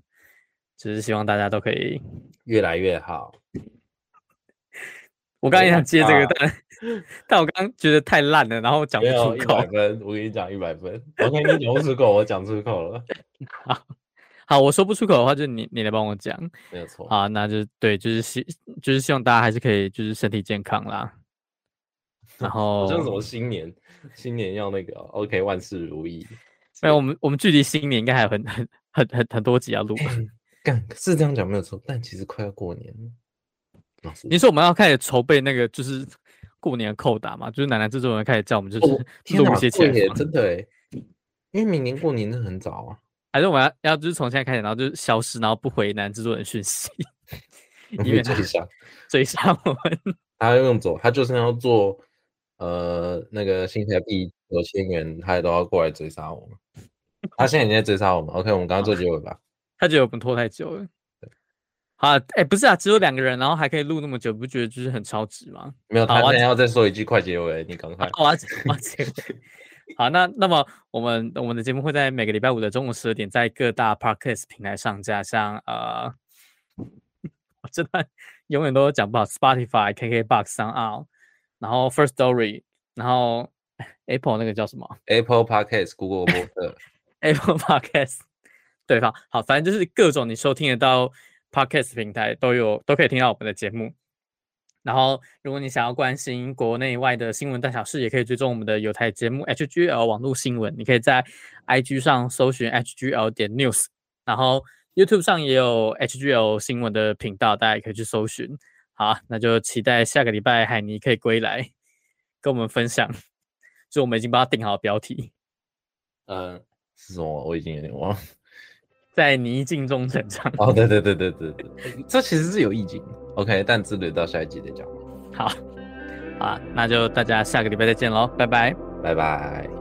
Speaker 2: 只、是希望大家都可以。
Speaker 1: 越来越好，
Speaker 2: 我刚才也想接这
Speaker 1: 哇
Speaker 2: 个，但 但我刚刚觉得太烂了，然后讲不
Speaker 1: 嗯没有
Speaker 2: 出
Speaker 1: 一
Speaker 2: 口
Speaker 1: 百。分，我跟你讲一百分。我跟你讲不出口，我讲出口了，
Speaker 2: 好，我说不出口的话，就你你来帮我讲。
Speaker 1: 没有错。
Speaker 2: 好，那就对，就是希就是希望大家还是可以就是身体健康啦。然
Speaker 1: 好
Speaker 2: 后
Speaker 1: 像什么新年，新年要那个哦 OK，万事如意。
Speaker 2: 没有，我们我们距离新年应该还有很很很很很多集要录。
Speaker 1: 干是这样讲没有错，但其实快要过年了。老师
Speaker 2: 你说我们要开始筹备那个就是过年的扣打嘛？就是奶奶制作人开始叫我们就
Speaker 1: 哦
Speaker 2: 是
Speaker 1: 天
Speaker 2: 录
Speaker 1: 哪
Speaker 2: 一些
Speaker 1: 对
Speaker 2: 前
Speaker 1: 耶
Speaker 2: 锋，
Speaker 1: 真的哎，因为明年过年真的很早啊。
Speaker 2: 还是我们要要就是从现在开始，然后就是消失，然后不回奶奶制作人讯息，
Speaker 1: 我
Speaker 2: 以免
Speaker 1: 最
Speaker 2: 他
Speaker 1: 想
Speaker 2: 追杀我们。
Speaker 1: 他要用走，他就算要做呃那个新台币九千元，他也都要过来追杀我们。他现在已经在追杀我们。OK，我们刚刚做结尾吧。
Speaker 2: 他觉得我们拖太久了。好啊，哎、不是啊，只有两个人，然后还可以录那么久，不觉得就是很超值吗？
Speaker 1: 没有，
Speaker 2: 好
Speaker 1: 他
Speaker 2: 我
Speaker 1: 现
Speaker 2: 要
Speaker 1: 在要再说一句快结尾，你赶快。
Speaker 2: 好啊，我要结尾。好，那那么我们我们的节目会在每个礼拜五的中午十二点，在各大 podcast 平台上架，像呃， 我真的永远都讲不好，Spotify、KKBox 上 out，然后 First Story，然后 Apple 那个叫什么
Speaker 1: Apple Podcast、Google 播客，
Speaker 2: Apple Podcast，对吧？好，反正就是各种你收听得到 Podcast 平台都有，都可以听到我们的节目。然后，如果你想要关心国内外的新闻大小事，也可以追踪我们的有台节目 HGL 网络新闻。你可以在 IG 上搜寻 HGL 点 news，然后 YouTube 上也有 HGL 新闻的频道，大家也可以去搜寻。好，那就期待下个礼拜海尼可以归来，跟我们分享。就我们已经帮他定好标题，
Speaker 1: 嗯，是什么？我已经有点忘了。
Speaker 2: 在泥泞中成长。
Speaker 1: 哦，对对对对对对，这其实是有意境的。OK，但之类到下一集再讲。
Speaker 2: 好，啊，那就大家下个礼拜再见喽，拜拜。
Speaker 1: 拜拜。